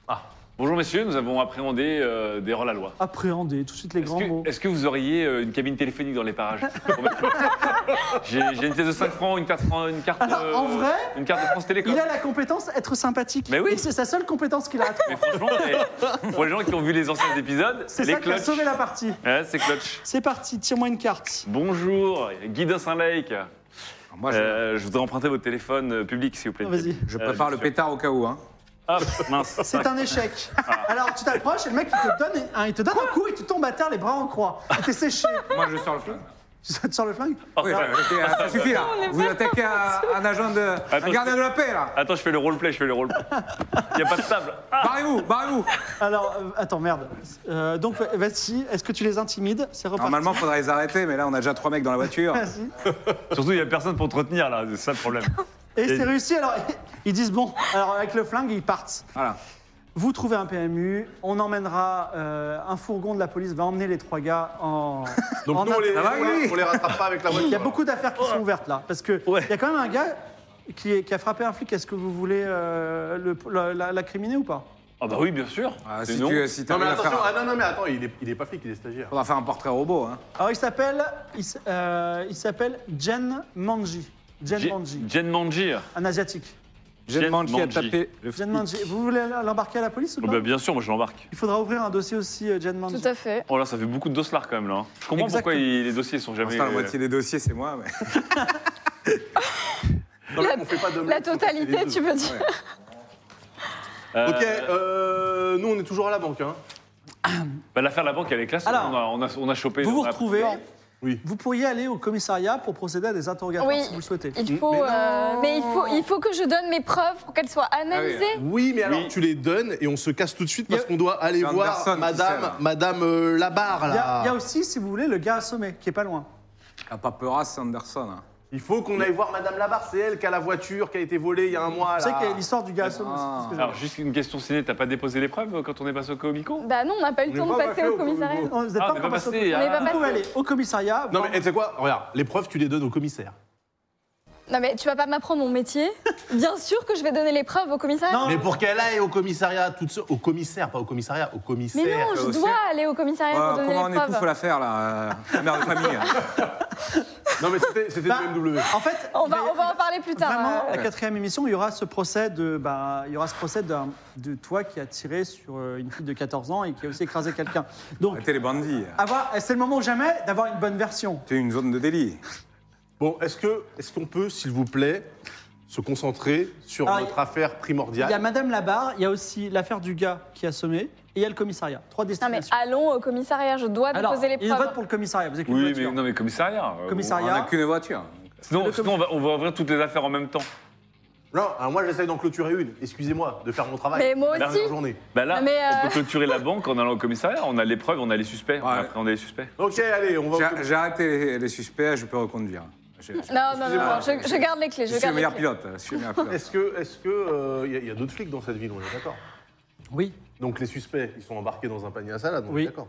Ah. Bonjour messieurs, nous avons appréhendé euh, des rôles à loi. Appréhendez tout de suite les Est-ce grands mots. que, est-ce que vous auriez euh, une cabine téléphonique dans <laughs> les parages <laughs> j'ai, j'ai une pièce de 5 francs, une carte, fran- une carte, euh, Alors, en vrai, une carte de France Télécom. Il a la compétence être sympathique. Mais oui. Et c'est sa seule compétence qu'il a. <laughs> Mais franchement, eh, pour les gens qui ont vu les anciens épisodes, C'est les ça qui a clutch. sauvé la partie. Ouais, c'est clutch. C'est parti, tire-moi une carte. Bonjour, Guy de Saint-Lake. Moi, je, Euh, je voudrais emprunter votre téléphone euh, public, s'il vous plaît. Ah, Vas-y. je euh, prépare je le suis- pétard au cas où, hein. Hop, mince. C'est un échec. Ah. Alors tu t'approches et le mec il te donne un, il te donne un coup et tu tombes à terre les bras en croix. Et t'es séché. <laughs> Moi, je sors le flingue. Tu sors le flingue <laughs> Oui, ok, ça euh, suffit, là. on est Vous pas attaquez un, un agent de... un Attends, gardien je- de la paix, là. Attends, je fais le roleplay, je fais le roleplay. Il a pas de table. Ah, Barrez-vous, barrez-vous. Alors euh, attends merde. Euh, donc vas-y, est-ce que tu les intimides C'est reparti. Normalement, faudrait les arrêter, mais là, on a déjà trois mecs dans la <laughs> voiture. Vas-y. surtout, il n'y a personne pour te retenir, là. C'est ça le problème. Et c'est Et- réussi. Alors <laughs> ils disent bon. Alors avec le flingue ils partent. Voilà. Vous trouvez un PMU. On emmènera euh, un fourgon de la police va emmener les trois gars en. Donc en nous, on les, va, on les- Guy on les rattrape pas avec la voiture. Il y a beaucoup d'affaires qui sont ouvertes là, parce que Ouais. il y a quand même un gars qui, est- qui a frappé un flic. Est-ce que vous voulez euh, le- la, la- l'incriminer ou pas Ah, bah oui, bien sûr. Ah, C'est si non. tu si Non, mais t'arrives à attention, faire- ah, non, non, mais attends, il est, il est pas flic, il est stagiaire. faudra faire un portrait robot, hein. Alors il s'appelle, il, s- euh, il s'appelle Jen Manji. Jen Jen- Manji, Jen Manji. un asiatique. J'ai Jen demandé à Manji. taper le Jen Manji. Vous voulez l'embarquer à la police ou Oh, pas bah, bien sûr, moi je l'embarque. Il faudra ouvrir un dossier aussi, euh, Jen Manji. Tout à fait. Oh là, ça fait beaucoup de dossards quand même là. hein. Je comprends Exactement. pourquoi il- les dossiers sont Pour jamais. ça, la moitié des dossiers, c'est moi, mais... Non, mais on fait pas de mecs, on La fait les totalité, deux. tu peux dire. Euh, Ok, euh, nous, on est toujours à la banque. Hein. bah, l'affaire de la banque, elle est classe. Alors, on, a, on, a, on a chopé. Vous vous on a- retrouvez. Oui. Vous pourriez aller au commissariat pour procéder à des interrogatoires Oui. si vous le souhaitez. Il faut, euh, mais il faut, il faut que je donne mes preuves pour qu'elles soient Ah analysées. Oui, mais alors Oui. tu les donnes et on se casse tout de suite Il parce y a- qu'on doit aller Il y a voir Anderson qui sert. Madame, Madame euh, Labarre Il y, a, là. il y a aussi, si vous voulez, le gars assommé qui est pas loin. La paperasse Anderson, hein. Il faut qu'on aille voir Madame Labarre, c'est elle qui a la voiture qui a été volée il y a un mois Vous savez là. qu'il y a l'histoire du gars assommé. Ah. c'est ce que j'avais. Alors, juste une question ciné, t'as pas déposé les preuves euh, quand on est passé au Comico Bah non, on n'a pas eu le temps de passer au commissariat. On- Vous n'êtes pas Ah, on est encore pas passé au- passé, On est pas ah. Vous pouvez passé. aller au commissariat. Non voir- mais tu sais quoi Regarde, les preuves tu les donnes au commissaire. Non mais tu vas pas m'apprendre <laughs> mon métier. Bien sûr que je vais donner les preuves au commissariat. Non. Mais pour qu'elle aille au commissariat toute seule, au commissaire, pas au commissariat, au commissaire. Mais non, euh, je aussi. dois aller au commissariat Voilà, pour donner comment on les preuves. étouffe l'affaire, là euh, La mère de famille. hein. Non, mais c'était, c'était Bah, du MW. En fait, On il va, y a- on va en parler plus tard. Vraiment, euh. la quatrième émission, il y aura ce procès de, bah, il y aura ce procès d'un- de toi qui a tiré sur euh, une fille de 14 ans et qui a aussi écrasé quelqu'un. Donc, Arrêtez les bandits. avoir- c'est le moment ou jamais d'avoir une bonne version. hein. C'est une zone de délit. Bon, est-ce, que, est-ce qu'on peut, s'il vous plaît, se concentrer sur Ah, notre il- affaire Il y a primordiale Madame Labarre, il y a aussi l'affaire du gars qui a sommé et il y a le commissariat. Trois Non mais destinations. allons au commissariat, je dois Alors, déposer les il vote preuves. pour le commissariat. Vous avez qu'une Oui, mais voiture. non, mais commissariat. euh, On n'a Commissariat. qu'une voiture. Sinon, Le sinon, on, va, on va ouvrir toutes les affaires en même temps. Non, alors moi j'essaye d'en clôturer une. Excusez-moi de faire mon travail. Mais moi La aussi. dernière journée. Bah là, Non, mais, euh, on peut clôturer la banque en allant au commissariat. On a les preuves, on a les suspects. On a Ouais. appréhendé les suspects. Ok, allez, on va. au J'ai j'ai arrêté les, les suspects, je peux reconduire. Je, je- Non, non, non, Excusez-moi. non, je, je garde les clés. je suis Je, le garde les meilleur clés. pilote. Je suis le meilleur pilote. <laughs> Est-ce que, est-ce que, euh, il y a- il y, a d'autres flics dans cette ville, on est d'accord Oui. Donc les suspects, ils sont embarqués dans un panier à salade, on Oui. est d'accord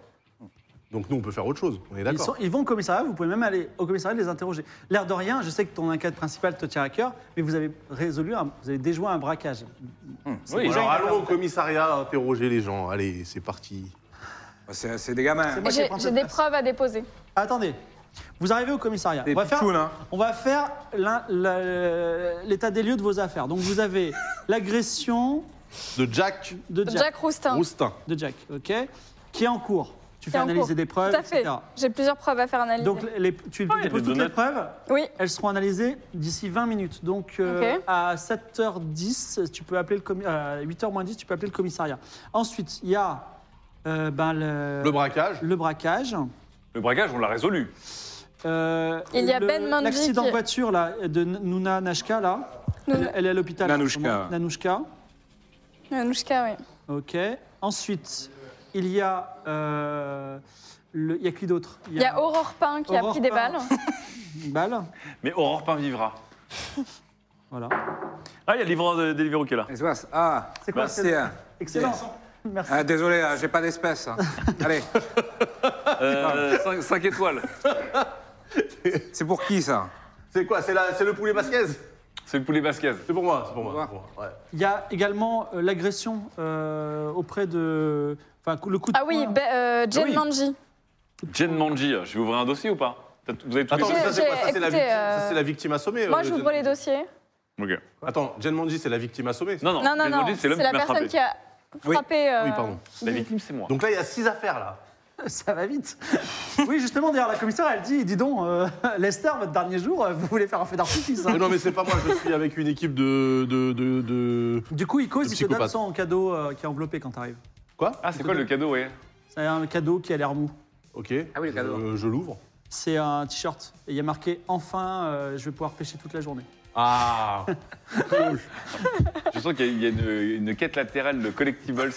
Donc nous, on peut faire autre chose. On est Ils, d'accord. sont- ils vont au commissariat, vous pouvez même aller au commissariat les interroger. L'air de rien, je sais que ton enquête principale te tient à cœur, mais vous avez résolu, un- vous avez déjoué un braquage. Oui, Alors alors, allons au commissariat interroger les gens. Allez, c'est parti. Bah, C'est c'est des gamins. C'est hein. moi qui vais J'ai prendre j'ai cette des place. preuves à déposer. Attendez, vous arrivez au commissariat. Des On va, faire, pitchounes, hein. on va faire l'un- le- l'état des lieux de vos affaires. Donc vous avez l'agression De Jack de Jack, Jack Roustin. Roustin. de Jack, ok, qui est en cours. Tu qui fais est en analyser cours. des preuves, Tout à fait. etc. J'ai plusieurs preuves à faire analyser. Donc les- tu Ah, il y a déposes des toutes les donuts. preuves, oui, elles seront analysées d'ici 20 minutes. Donc euh, Ok. à 7h10, tu peux appeler le commi- euh, 8h moins 10, tu peux appeler le commissariat. Ensuite, il y a euh, ben, le, Le braquage. le braquage. le braquage, on l'a résolu. Euh, Il y a le- Ben Mendy L'accident qui- voiture là, de N- Nouna Nashka, là. Nouna- Elle, elle est à l'hôpital. en ce Nanouchka. moment. Nanouchka. Anouchka, oui. Ok. Ensuite, il y a. euh, le- il y a qui d'autre Il y a Aurore Pain qui Aurore a pris des Pain. balles. une balle. Mais Aurore Pain vivra. Voilà. Ah, il y a le livreur de Deliveroo qui est là. Et c'est quoi, ça Ah, C'est quoi, c'est c'est- un- Excellent. Merci. Ah, désolé, hein, j'ai pas <laughs> d'espèce. hein. Allez, <laughs> 5, Euh, étoiles. c'est pour qui ça C'est quoi C'est la- c'est le poulet basquez C'est le poulet basquez. C'est pour moi, c'est pour moi. c'est pour moi, ouais. Il y a également euh, l'agression euh, auprès de. Enfin, cou- le coup de. Ah oui, poing. Be- euh, Jane Ah oui. Manji. Jen Manji, je vais ouvrir un dossier ou pas T'as tout- Vous avez tous Attends, les mais J'ai- ça c'est quoi Ça, c'est la, j'ai- victime- écoutez, euh, ça, c'est la victime assommée. Moi, euh, je Jen- ouvre les dossiers. Ok. Attends, Jen Manji, c'est la victime assommée. Non, non, Non, non, Jen non. Manji, C'est c'est l'homme la qui m'a frappé. personne qui a Oui. frappé. euh, Oui, pardon. La victime, c'est moi. Donc là, il y a six affaires là. <laughs> ben- Ça va vite. oui, justement, d'ailleurs, la commissaire, elle dit dis donc, euh, <laughs> Lester, votre dernier jour, euh, vous voulez faire un feu d'artifice. <laughs> hein. Mais Euh, non, mais c'est pas moi, je suis avec une équipe de. de, de, de- Du coup, Icos, Le il te donne psychopathe. son cadeau euh, qui est enveloppé quand t'arrives. Quoi Ah, c'est quoi le cadeau, ouais C'est un cadeau qui a l'air mou. Ok. Euh, Ah oui, le cadeau. Je, je l'ouvre. C'est un t-shirt. Et il y a marqué Enfin, euh, je vais pouvoir pêcher toute la journée. Ah Cool. Je sens qu'il y a, il y a une, une quête latérale <laughs> de collectibles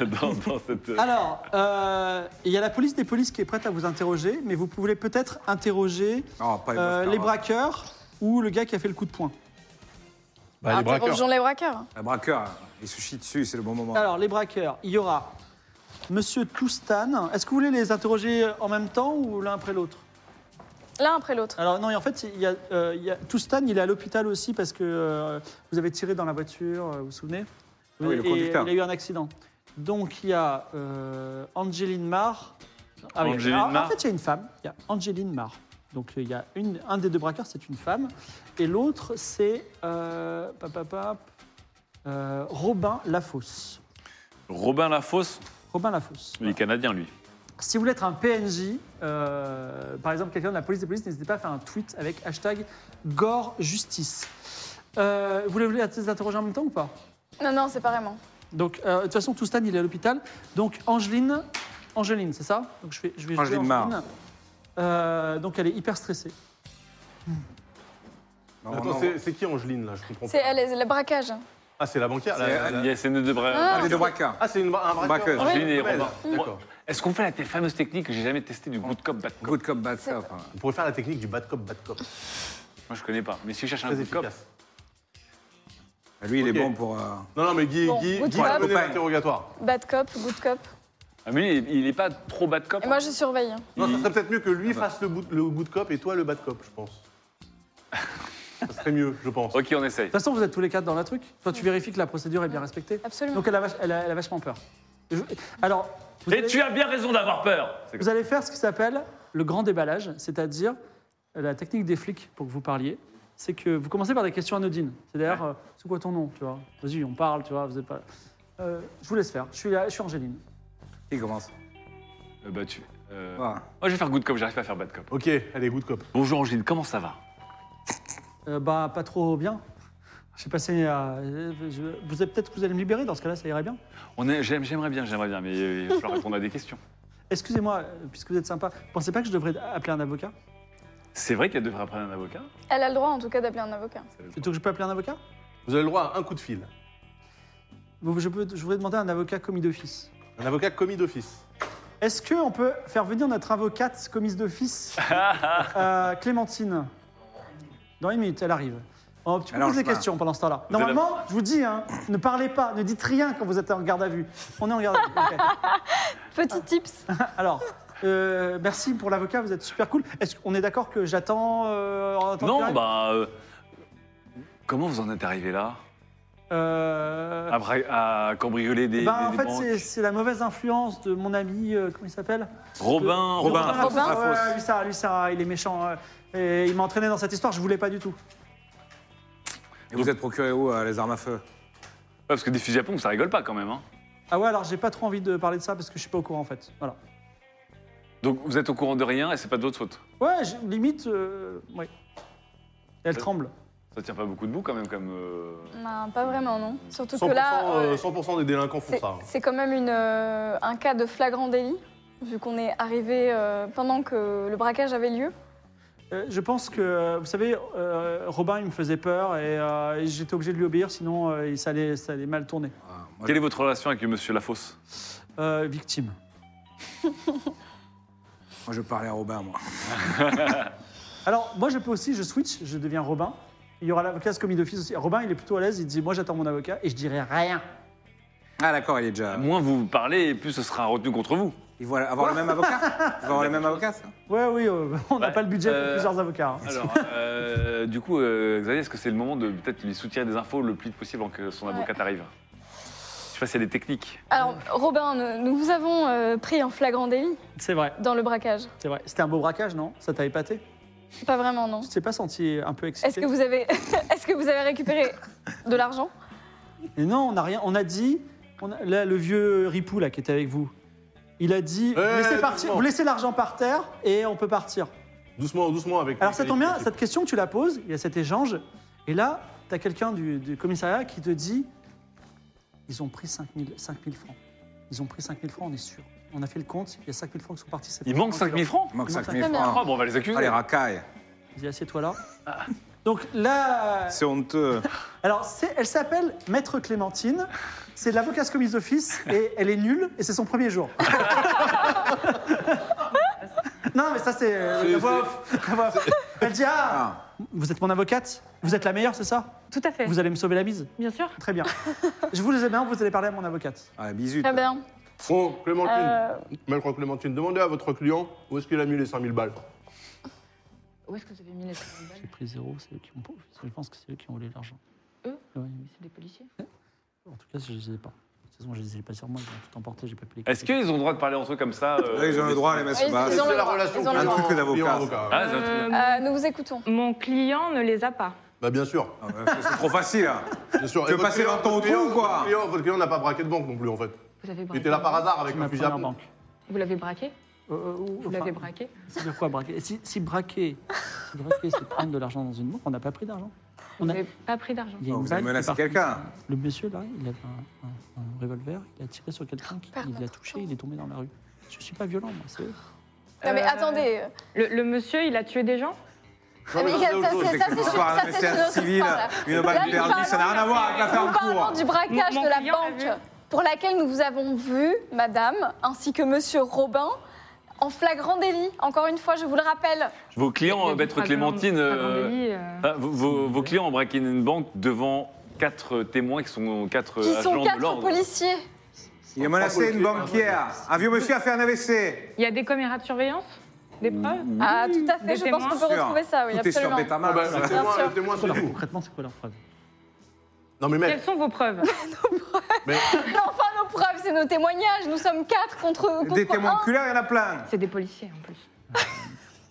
dans, dans cette. Ah. Alors, euh, il y a la police des polices qui est prête à vous interroger, mais vous pouvez peut-être interroger Non, pas les, euh, braqueurs, les hein. braqueurs ou le gars qui a fait le coup de poing. Ah, Bah, les braqueurs. Interrogeons les braqueurs. Les braqueurs, hein, ils se chient dessus, c'est le bon moment. Alors, les braqueurs, il y aura Monsieur Toustan. Est-ce que vous voulez les interroger en même temps ou l'un après l'autre L'un après l'autre. Alors, non, et en fait, il y a, euh, il y a- Toustan, il est à l'hôpital aussi parce que euh, vous avez tiré dans la voiture, euh, vous vous souvenez Ah Oui, le Et conducteur. Il a eu un accident. Donc, il y a euh, Angeline Marr. Ah oui, Angeline alors, En Marr. fait, il y a une femme. Il y a Angeline Marr. Donc, il y a une, un des deux braqueurs, c'est une femme. Et l'autre, c'est euh, pap, pap, pap, euh, Robin Lafosse. Robin Lafosse, Robin Lafosse. il est canadien, lui. Si vous voulez être un PNJ, euh, par exemple quelqu'un de la police des polices, n'hésitez pas à faire un tweet avec hashtag GoreJustice. Euh, vous voulez les interroger en même temps ou pas Non, non, c'est pas vraiment. Donc, euh, de toute façon, Toustan, il est à l'hôpital. Donc, Angeline, Angeline, c'est ça Donc, je vais, je vais jouer Angeline Marr. Euh, donc, elle est hyper stressée. Non, Attends, non, c'est- c'est qui Angeline là Je comprends C'est pas. elle, le braquage. Ah, c'est la banquière là, C'est la- la- Il y a ces deux de bras. Ah. les deux braqueurs. Ah, c'est une bra- un braqueur. Braqueuse. Angeline et Ah, Robin. merde. D'accord. Est-ce qu'on fait la t- fameuse technique que j'ai jamais testée du good cop, bad cop Good cop, bad cop. hein. On pourrait faire la technique du bad cop, bad cop. Moi, je connais pas. Mais si je cherche un Très good cop, efficace. Lui, il Ok. est bon pour. euh, Non, non, mais Guy, Bon, Guy, good Guy cop. va mener Copain. l'interrogatoire. Bad cop, good cop. ah, mais lui, il il est pas trop bad cop. Et moi, je surveille. Non, ça Il- serait peut-être mieux que lui Ah bah. fasse le, bout- le good cop et toi le bad cop, je pense. <laughs> ça serait mieux, je pense. hein. Ok, on essaye. De toute façon, vous êtes tous les quatre dans la truc. Toi, tu vérifies que la procédure est bien respectée. Absolument. Donc, elle a, vache- elle a- elle a vachement peur. Je- alors, vous Et allez- tu as bien raison d'avoir peur C'est Vous allez faire ce qui s'appelle le grand déballage, c'est-à-dire euh, la technique des flics pour que vous parliez. C'est que vous commencez par des questions anodines. C'est d'ailleurs, euh, c'est quoi ton nom, tu vois Vas-y, on parle, tu vois, vous êtes pas... Euh, je vous laisse faire, je suis, là, je suis Angéline. Qui commence Euh, bah, tu- euh, Voilà. Moi, je vais faire good cop, j'arrive pas à faire bad cop. Ok, allez, good cop. Bonjour Angine, comment ça va Euh, bah, pas trop bien. J'ai passé à... euh, je- Vous êtes peut-être que vous allez me libérer, dans ce cas-là, ça irait bien. On est- j'aime- J'aimerais bien, j'aimerais bien, mais euh, il va falloir répondre à des questions. Excusez-moi, euh, puisque vous êtes sympa, vous pensez pas que je devrais appeler un avocat C'est vrai qu'elle devrait prendre un avocat Elle a le droit, en tout cas, d'appeler un avocat. Plutôt que je peux appeler un avocat Vous avez le droit à un coup de fil. Vous- je, peux, je voudrais demander à un avocat commis d'office. Un avocat commis d'office. Est-ce qu'on peut faire venir notre avocate <laughs> commise d'office, euh, Clémentine Dans une minute, elle arrive. Oh, tu peux Alors, poser des je- bah, questions pendant ce temps-là. allez- Normalement, je vous dis, hein, ne parlez pas, ne dites rien quand vous êtes en garde à vue. On est en garde à vue. <laughs> ok. Petit tips. Alors, euh, merci pour l'avocat, vous êtes super cool. Est-ce qu'on est d'accord que j'attends euh, en attendant qu'il Non, arrive bah. euh, comment vous en êtes arrivé là Euh, à, bra- à cambrioler Ah, bah, des. bah, des- en des fait, banques c'est- c'est la mauvaise influence de mon ami, euh, comment il s'appelle Robin, De- de Robin. Robin. Lafosse. Lafosse. Ouais, lui, ça, lui, ça, il est méchant. euh, et il m'a entraîné dans cette histoire, je voulais pas du tout. Et vous êtes procuré où euh, les armes à feu Ouais, parce que des fusils à pompe, ça rigole pas quand même. hein. Ah ouais, alors j'ai pas trop envie de parler de ça parce que je suis pas au courant en fait. Voilà. Donc vous êtes au courant de rien et c'est pas de votre faute. Ouais, je- limite, euh, ouais. Euh. Elle tremble. Ça tient pas beaucoup de bout quand même comme. euh, Non, pas vraiment, non. Surtout 100%, que là, euh, euh, 100% des délinquants font c'est- ça. hein. c'est quand même une, euh, un cas de flagrant délit, vu qu'on est arrivé euh, pendant que le braquage avait lieu. Euh, je pense que, euh, vous savez, euh, Robin, il me faisait peur et, euh, et j'étais obligé de lui obéir, sinon euh, il- ça, allait, ça allait mal tourner. Ah, moi, Quelle est votre relation avec Monsieur Lafosse Euh, victime. je- moi, je parlais à Robin, moi. Alors, moi, je peux aussi, je switch, je deviens Robin. Il y aura l'avocat ce commis d'office aussi. Robin, il est plutôt à l'aise, il dit Moi, j'attends mon avocat et je dirai rien. Ah, d'accord, il est déjà. Moins vous parlez, et plus ce sera retenu contre vous. Il va avoir le même <laughs> avocat Il va avoir le même avocat, ça Ouais, oui, euh, <laughs> on n'a Bah, pas le budget pour euh, plusieurs avocats. hein. Alors, euh, du coup, euh, Xavier, est-ce que c'est le moment de peut-être lui soutirer des infos le plus vite possible avant que son avocat arrive Je sais pas si elle est technique. Alors, Robin, nous, nous vous avons euh, pris en flagrant délit C'est vrai, dans le braquage. c'est vrai. C'était un beau braquage, non Ça t'a épaté Pas vraiment, non. Tu t'es pas senti un peu excité Est-ce que vous avez, <laughs> est-ce que vous avez récupéré de l'argent Mais non, on n'a rien. On a dit. on a- là, le vieux Ripou là qui était avec vous, il a dit vous Eh, laissez partir, doucement. vous laissez l'argent par terre et on peut partir. Doucement, doucement avec. Alors ça tombe bien. Philippe. Cette question, tu la poses. Il y a cet échange. Et là, tu as quelqu'un du, du commissariat qui te dit ils ont pris 5000 5000 francs. Ils ont pris 5000 francs, on est sûr. On a fait le compte. Il y a 5000 francs qui sont partis. Il manque 5000 francs Il manque Il manque 5 000 cinq mille. Ah francs. bon, on va les accuser. Allez, racaille. Il dit assieds-toi là. Donc là, <laughs> C'est honteux. Alors, c'est- elle s'appelle Maître Clémentine. C'est de l'avocat commis d'office et elle est nulle et c'est son premier <laughs> jour. non, mais ça, c'est euh, la voix off. La voix <laughs> off. Elle dit Ah, Ah, vous êtes mon avocate Vous êtes la meilleure, c'est ça Tout à fait. Vous allez me sauver la mise Bien sûr. Très bien. Je vous les ai bien, vous allez parler à mon avocate. ah bisous. Très bien. Bon, Clémentine, Euh, maître Clémentine, demandez à votre client où est-ce qu'il a mis les 5000 balles. Où est-ce que vous avez mis les 5000 balles J'ai pris zéro, c'est eux qui ont. Je pense que c'est eux qui ont volé l'argent. Eux Oui, C'est des policiers. en tout cas, je les ai pas. De toute façon, je les ai pas sur moi, ils ont tout emporté, j'ai pas pu les. Est-ce qu'ils ont le droit de parler entre eux comme ça euh, Là, ils ont le droit, les mecs, ils- se battent. ils Bah, ont C'est le la droit, relation ils ont le Un droit. truc d'avocat. client-avocat. Ah, c'est un truc- Euh, nous vous écoutons. Mon client ne les a pas. Bah bien sûr, Ah, bah, c'est- C'est trop facile, hein. bien sûr. Tu veux Et votre passer client- dans ton votre trou ou client- quoi votre client- Votre client n'a pas braqué de banque non plus en fait. Vous avez Il braqué. était là par hasard avec Ma un fusil à première pompe. banque. Vous l'avez braqué Euh, euh, Vous enfin, l'avez braqué C'est-à-dire quoi braquer si, si braquer, si braquer, c'est prendre de l'argent dans une banque, on n'a pas pris d'argent. Vous On a, n'avez pas pris d'argent. il y a Oh, une Vous balle avez qui est menacé partie. quelqu'un. Le monsieur, là, il avait un, un- un revolver, il a tiré sur quelqu'un, qui, Père il l'a notre touché, il est tombé dans la rue. Je suis pas violent, moi, c'est... Non, mais Euh, attendez. Le, le monsieur, il a tué des gens Non, mais Mais c'est Ah ça, autre chose. c'est- C'est ça, que c'est- l'histoire ça, d'un c'est une essai autre civil, histoire, là. une Là, balle nous perdue, ça n'a rien à voir avec l'affaire Nous en parlons cours. du braquage Mon- mon de la client l'a vu. banque pour laquelle nous vous avons vu, madame, ainsi que monsieur Robin, en flagrant délit. Encore une fois, je vous le rappelle. Vos clients, Il euh, a dit Maître flagrant- Clémentine, euh, flagrant délit, euh, ah, vos, vos- vos clients ont braqué une banque devant quatre témoins qui sont quatre Qui agents sont de quatre l'ordre. policiers. Il a menacé une banquière. Un vieux monsieur a fait un AVC. Il y a des caméras de surveillance Des preuves Ah, tout à fait. Des Je pense qu'on témoins. peut retrouver ça, oui, Tout est sur absolument. Ah bah, Betamax. le témoin, sûr. le Ah, témoin, c'est Alors, tout. concrètement, c'est quoi leur preuve Non mais mec, Quelles sont vos preuves mais Non, enfin, nos preuves, c'est nos témoignages. Nous sommes quatre contre, contre Des témoins un. oculaires, il y en a plein. <laughs> C'est des policiers en plus.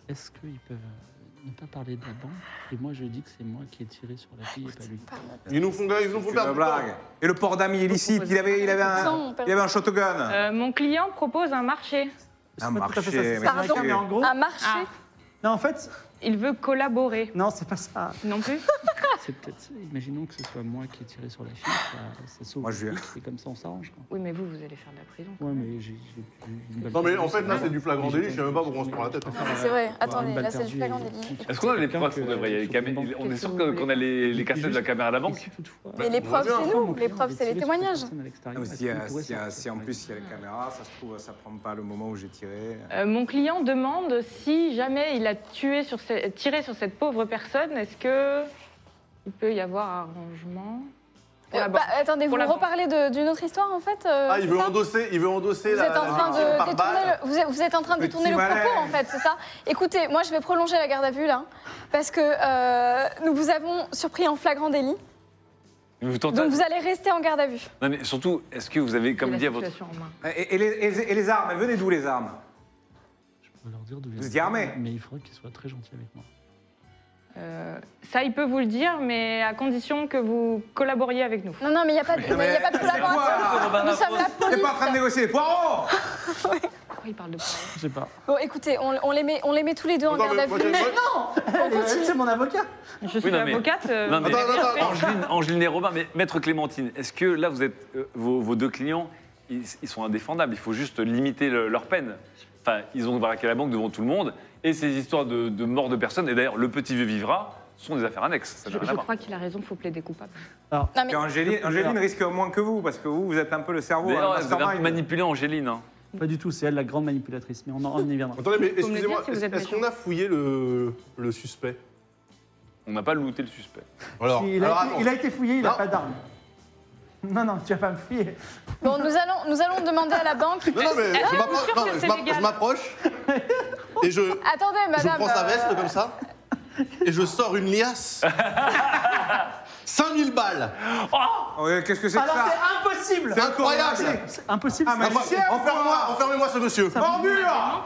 Est-ce qu'ils peuvent euh, ne pas parler de la banque Et moi, je dis que c'est moi qui ai tiré sur la fille et pas lui. Ah, ils nous font ils nous font C'est une perdre. du Euh, blague. Et le port d'amis illicite, il avait, il avait un, il avait un shotgun. Euh, mon client propose un marché. C'est Un pas tout à fait ça, marché, c'est mais américain, pardon. mais en gros... Un marché. Ah, Non, en fait, il veut collaborer. non, c'est pas ça. Non plus C'est peut-être... ça. Imaginons que ce soit moi qui ai tiré sur la fille, ça, ça sauve Moi, le je lui- flic, et comme ça, on s'arrange, quoi. Oui, mais vous, vous allez faire de la prison. Ouais, mais j'ai. j'ai- j'ai une balle Non, mais en perdue, fait, là, vrai. c'est du flagrant délit, je sais même pas pourquoi on se prend la tête. Je préfère, C'est vrai, euh, avoir attendez, une balle là, c'est perdue du flagrant et- Bah, délit. Est-ce qu'on a les preuves Quelqu'un qu'on devrait y aller que- Camé- On est Qu'est-ce sûr que que- vous qu'on a les, les cassettes de la caméra de la Et banque si toutefois- Mais les Bah, preuves, bien. c'est hein. Enfin, mon nous. Les client preuves, avait c'est les tiré sur témoignages. personne à l'extérieur, Non, mais est-ce si, qu'on euh, pourrait si, euh, sortir si en avec plus il y a ça les caméras, ça se trouve, ça prend pas le moment où j'ai tiré. Euh, mon client demande si jamais il a tué sur ce- tiré sur cette pauvre personne, est-ce que Il peut y avoir arrangement. Pour Euh, la bah, banque. attendez, Pour vous la banque. reparlez de- d'une autre histoire en fait euh, Ah, il c'est veut ça endosser, il veut endosser Vous la. êtes en la train de victime par détourner balle. le, vous êtes- vous êtes en train de Petit détourner le malin. propos, en fait, c'est ça Écoutez, moi, je vais prolonger la garde à vue, là, parce que euh, nous vous avons surpris en flagrant délit. Mais Vous tentez... Donc, vous allez rester en garde à vue. Non, mais surtout, est-ce que vous avez, comme J'ai dit à la votre. situation en main. Et, et les, et les- et les armes, elles venaient d'où les armes Je peux leur dire de Vous êtes armé Mais il faudrait qu'ils soient très gentils avec moi. Euh, ça, il peut vous le dire, mais à condition que vous collaboriez avec nous. Non, non, mais il n'y a pas de, il y a pas de Mais c'est collaboration. quoi, là Nous sommes la T'es pas en train de police. négocier les poireaux Pourquoi il parle de Je sais pas. Bon, écoutez, on, on les met, on les met tous les deux en Attends, garde à mais moi, j'ai- vue. Ah, C'est mon avocat. Je suis Oui, non, mais- avocate. euh, Non, mais- vous avez Attends, rien attends, fait. attends. Angeline, Angeline et Robin, mais maître Clémentine, est-ce que là, vous êtes, euh, vos, vos deux clients, ils, ils sont indéfendables. Il faut juste limiter le- leur peine. Enfin, ils ont braqué la banque devant tout le monde. Et ces histoires de, de mort de personnes, et d'ailleurs, le petit vieux vivra, sont des affaires annexes. Ça Je, n'a rien je à voir. crois qu'il a raison, faut plaider coupable. Non, mais Et Angéline, Angéline risque moins que vous, parce que vous, vous êtes un peu le cerveau. hein, D'ailleurs, le vous avez un peu mastermind. manipulé Angéline. hein. Pas du tout, c'est elle la grande manipulatrice, mais on en on y viendra. Attendez, mais Faut me le dire excusez-moi, si vous est-ce êtes est-ce qu'on méchant. a fouillé le, le suspect On n'a pas looté le suspect. Alors, Si, il, a alors, été, attends. il a été fouillé, il n'a Non. pas d'arme. Non, non, tu vas pas me fouiller. bon, nous allons, nous allons demander à la banque. Non, non, mais Euh, Est-ce je que vous m'appro- sûr non, que mais je c'est m'appro- légal je m'approche et je, Attendez, je <laughs> madame. prends sa euh, veste comme ça et je sors une <laughs> liasse. 5000 balles Oh, euh, Qu'est-ce que c'est que Alors, ça c'est impossible C'est Incroyable C'est Impossible Ah, c'est- mais- Magicien, Enferme-moi, enfermez-moi ce monsieur Bordure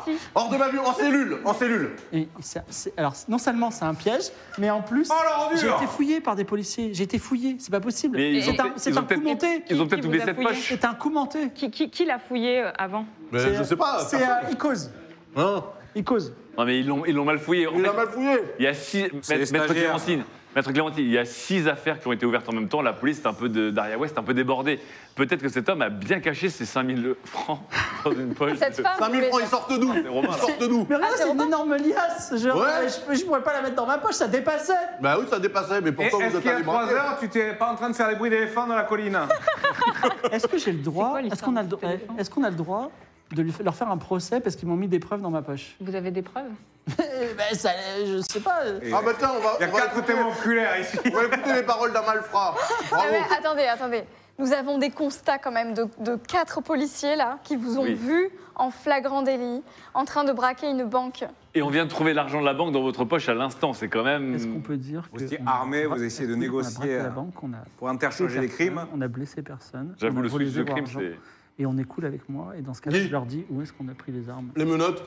Menti. Hors de ma vue, en cellule, en cellule Et c'est- c'est- Alors, non seulement c'est un piège, mais en plus, Oh, l'ordure j'ai été fouillé par des policiers. J'ai été fouillé, c'est pas possible. Mais ils C'est ont un, peut- c'est ils un ont coup peut-être- monté. Ils ont Qui peut-être vous oublié a cette fouillé poche. C'est un coup monté. Qui, qui- qui l'a fouillé euh, avant Mais je sais pas, C'est personne. euh, Icos. Hein Icos. Non, mais ils l'ont ils l'ont mal fouillé. En Il fait, a mal fouillé Il y a six. C'est Maître, les Maître stagiaires. Clémentine, Maître Clémentine, il y a six affaires qui ont été ouvertes en même temps. La police est un peu de- d'Aria West, un peu débordée. Peut-être que cet homme a bien caché ses 5000 francs <laughs> dans une poche. Cette de- femme, 5000 vous francs, voulez ils sortent d'où C'est Romain, Ils là. sortent d'où Mais regarde, Ah, c'est c'est une Robin énorme liasse. Je, Ouais. je, je pourrais pas la mettre dans ma poche, ça dépassait. Bah oui, ça dépassait, mais Et pourtant vous Est-ce êtes qu'il y a allé trois braquer. heures, tu t'es pas en train de faire des bruits d'éléphants dans la colline <laughs> Est-ce que j'ai le C'est droit quoi l'histoire Est-ce qu'on a, le de dro- eh, cet éléphant est-ce qu'on a le droit de lui- leur faire un procès parce qu'ils m'ont mis des preuves dans ma poche Vous avez des preuves Eh ben, ça, je sais pas. Et- Ah bah tiens, on va, Il y a on va quatre écouter, témoins <laughs> oculaires ici. on va écouter les paroles d'un malfrat. Ah Bravo ouais, attendez, attendez. Nous avons des constats quand même de, de quatre policiers là qui vous ont Oui. vu en flagrant délit en train de braquer une banque. Et on vient de trouver l'argent de la banque dans votre poche à l'instant. C'est quand même. Est-ce qu'on peut dire hum, Vous que étiez on a armé, bra- vous essayez de est-ce qu'on a négocier, braqué la euh, banque, on a tué Pour interchanger les personne, crimes. On a blessé personne. on J'avoue, a le volé suicide de zéro crime, argent, c'est. Et on est cool avec moi. Et dans ce cas-là, Guy. je leur dis où est-ce qu'on a pris les armes. Les menottes,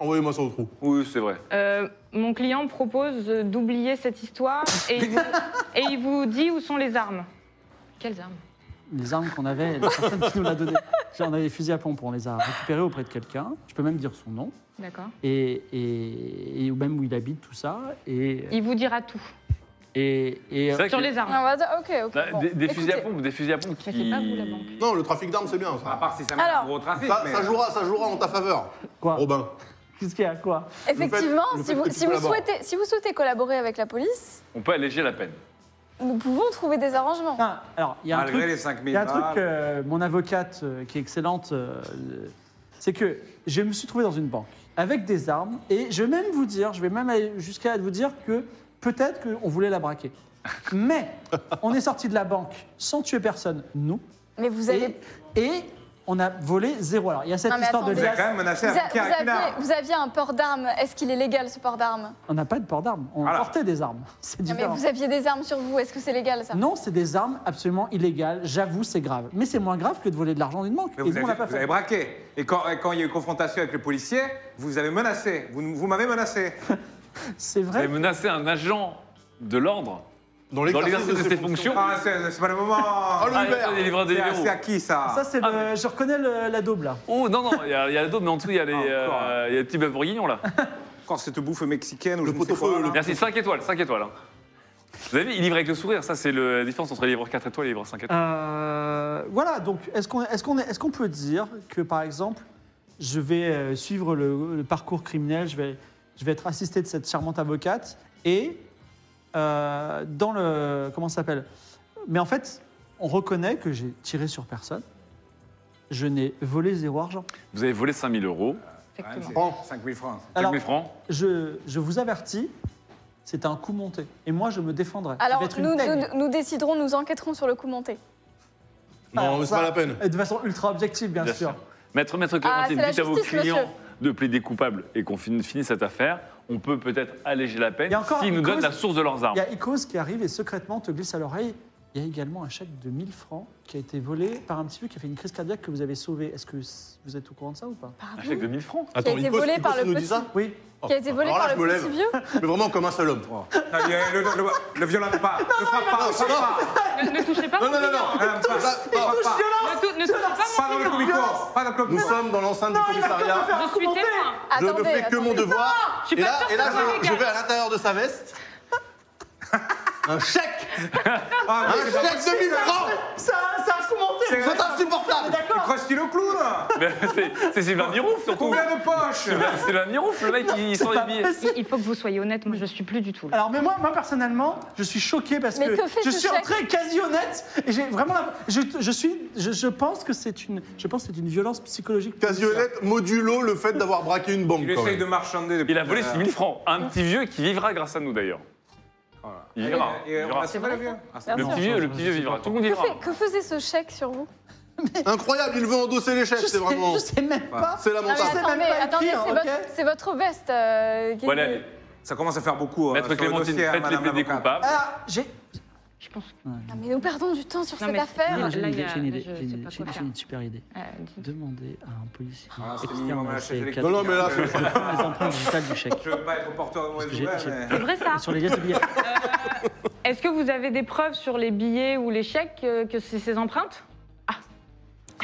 envoyez-moi sur le trou. Oui, c'est vrai. Euh, Mon client propose euh, d'oublier cette histoire et il, vous, <laughs> et il vous dit où sont les armes. Quelles armes Les armes qu'on avait, la personne qui nous <laughs> l'a donné. On a des fusils à pompe, on les a récupérés auprès de quelqu'un. Je peux même dire son nom. D'accord. Et, et, et même où il habite, tout ça. Et, Il vous dira tout et, et- C'est vrai sur que- les Ah, armes. on va dire- ok, ok. Là, bon. Bah, des, des Écoutez, fusils à pompe, des fusils à pompe qui. Mais c'est pas vous, la banque. Non, le trafic d'armes, c'est bien À ça. part si ça met Alors. un gros trafic. Ça, Ah, mais- ça jouera, ça jouera en ta faveur, quoi Robin. Qu'est-ce qu'il y a quoi Effectivement, le fait- le si, fait vous, que tu si, peux vous l'avoir. souhaitez, si vous souhaitez collaborer avec la police, On peut alléger la peine. nous pouvons trouver des arrangements. Non, Alors, il y a un Malgré truc. les Il 5000 y a un truc, balles. euh, mon avocate, euh, qui est excellente, euh, euh, c'est que je me suis trouvé dans une banque avec des armes et je vais même vous dire, je vais même aller jusqu'à vous dire que peut-être qu'on voulait la braquer. Mais on est sorti de la banque sans tuer personne, nous. Mais vous Et, avez, et on a volé zéro. Alors, il y a cette Non, mais histoire de attendez. Vous avez quand liasse. même menacé vous, a- un vous petit avec une aviez, arme. vous aviez un port d'armes. Est-ce qu'il est légal ce port d'armes On n'a pas de port d'armes. On Voilà. portait des armes. <laughs> C'est Non, mais différent. vous aviez des armes sur vous. Est-ce que c'est légal ça Non, c'est des armes absolument illégales. J'avoue, c'est grave. Mais c'est moins grave que de voler de l'argent d'une banque. Mais Et vous, nous, on avez, l'a pas vous avez fait. braqué. Et quand, et quand il y a eu confrontation avec le policier, vous avez menacé. Vous, vous m'avez menacé. Ah, C'est Vous vrai. avez menacé un agent de l'ordre Dans dans l'exercice de ses fonctions. Ah, c'est c'est pas le moment. Oh, le Ah, Hubert. il y a des livreurs de C'est à- libéraux. c'est à qui ça Ça, c'est Ah, le- mais- Je reconnais le- la double, là. Oh non, non, il y a, il y a la daube, mais en dessous, il y a les, Ah, encore, euh, il y a les petits bœufs bourguignons là. Quand cette bouffe mexicaine ou Le je ne sais pot-au-feu, quoi, le- là. Merci, 5 étoiles, 5 étoiles. hein. Vous avez vu, il livre avec le sourire, ça c'est le- la différence entre les livres 4 étoiles et les livres 5 étoiles. Euh, voilà, donc est-ce qu'on est qu'on est qu'on peut dire que, par exemple, je vais euh, suivre le, le parcours criminel, je vais, je vais être assisté de cette charmante avocate, et euh, dans le... Comment ça s'appelle Mais en fait, on reconnaît que j'ai tiré sur personne, je n'ai volé zéro argent. Vous avez volé 5000 euros, Exactement. Ouais, c'est 5000 francs. 5000 Alors, francs. je, je vous avertis, C'est un coup monté. Et moi, je me défendrai. Ça Alors, va être une nous, teigne. nous, nous déciderons, nous enquêterons sur le coup monté. Non, Alors, mais c'est ça- pas la peine. Et de façon ultra objective, bien, Bien sûr. sûr. Maître, maître Ah, c'est Clémentine, la dites à vos justice, clients monsieur. de plaider coupable et qu'on fin- finisse cette affaire. On peut peut-être alléger la Il y peine a encore s'ils une nous donnent cause- la source de leurs Il y armes. a Icos qui arrive et secrètement te glisse à l'oreille. Il y a également un chèque de 1000 francs qui a été volé par un petit vieux qui a fait une crise cardiaque que vous avez sauvé. Est-ce que c- vous êtes au courant de ça ou pas Un chèque de 1000 francs. a été volé par le nous petit. dit ça Oui. Qui a été volé Oh, Alors là, par je me le petit lève. vieux Mais vraiment comme un seul homme. Oh. Ah, il y a- Le, le, le- le violente pas, ne frappe pas, ne frappe pas. Ne, ne touchez pas Non, mon non, non, non. Madame, Ah, pas, Là, pas- pas, client. Ne, tou- ne touchez pas pas dans le comico, pas dans Nous le comico. sommes dans l'enceinte du commissariat. mon Je suis témoin. Je ne Attendez, fais que attendez. mon devoir. suis Et pas là, sûre et que là, ce soit je- je légal. vais à l'intérieur de sa veste. Un chèque Ah, Un mais c'est pas chèque de 1000 francs Ça, ça a commenté C'est- C'est Ah, insupportable Il croustille le clown Mais c'est- C'est Sylvain Mirouf, surtout. Combien de poches Sylvain- Sylvain Mirouf, le mec, il sort les billets. Il- Il faut que vous soyez honnête, moi je suis plus du tout là. Alors, mais moi, moi, personnellement, je suis choqué parce Mais que, que fait je ce suis chèque entré quasi honnête et j'ai vraiment la- Je, je suis. Je, je pense que c'est une. Je pense que c'est une violence psychologique. Quasi honnête, modulo le fait d'avoir braqué une banque. Il quand essaye de même. marchander depuis. Il a volé tout à 6 l'heure. 000 francs. Un petit vieux qui vivra grâce à nous, d'ailleurs. Voilà. Il verra, Et- et il on verra. a- C'est pas le vieux Ah, c'est- Le Bien petit sûr. vieux, le petit vieux vivra. Tout le monde Que, vivra. fait- que faisait ce chèque sur vous Incroyable, il veut endosser les chèques, Je c'est sais, vraiment. je sais même pas. C'est Non, mais sais lamentable. même attendez, attendez, pas écrire, c'est ok votre- c'est votre veste. euh, qui- Voilà. Ça commence à faire beaucoup. hein, Maître sur le Clémentine, dossier, hein, faites les madame plaidés l'avocate. coupables. Alors, Ah, j'ai. Je pense que. Non, mais nous perdons du temps sur Non, cette mais- affaire. Non, J'ai là, une il y idée, a- j'ai une idée, je j'ai sais une- pas j'ai- quoi j'ai faire. une super idée. euh, dites- Demandez à un policier Ah, c'est externe minimum à de la chaise ces électrique. quatre Non, non, mais là, milliards c'est- de dollars les empreintes digitales du chèque. <laughs> Je veux pas être porteur de mauvaises J'ai- j'ai- nouvelles, mais... C'est vrai ça Sur les liasses de billets. Est-ce que vous avez des preuves sur les billets ou les chèques euh, que c'est ces empreintes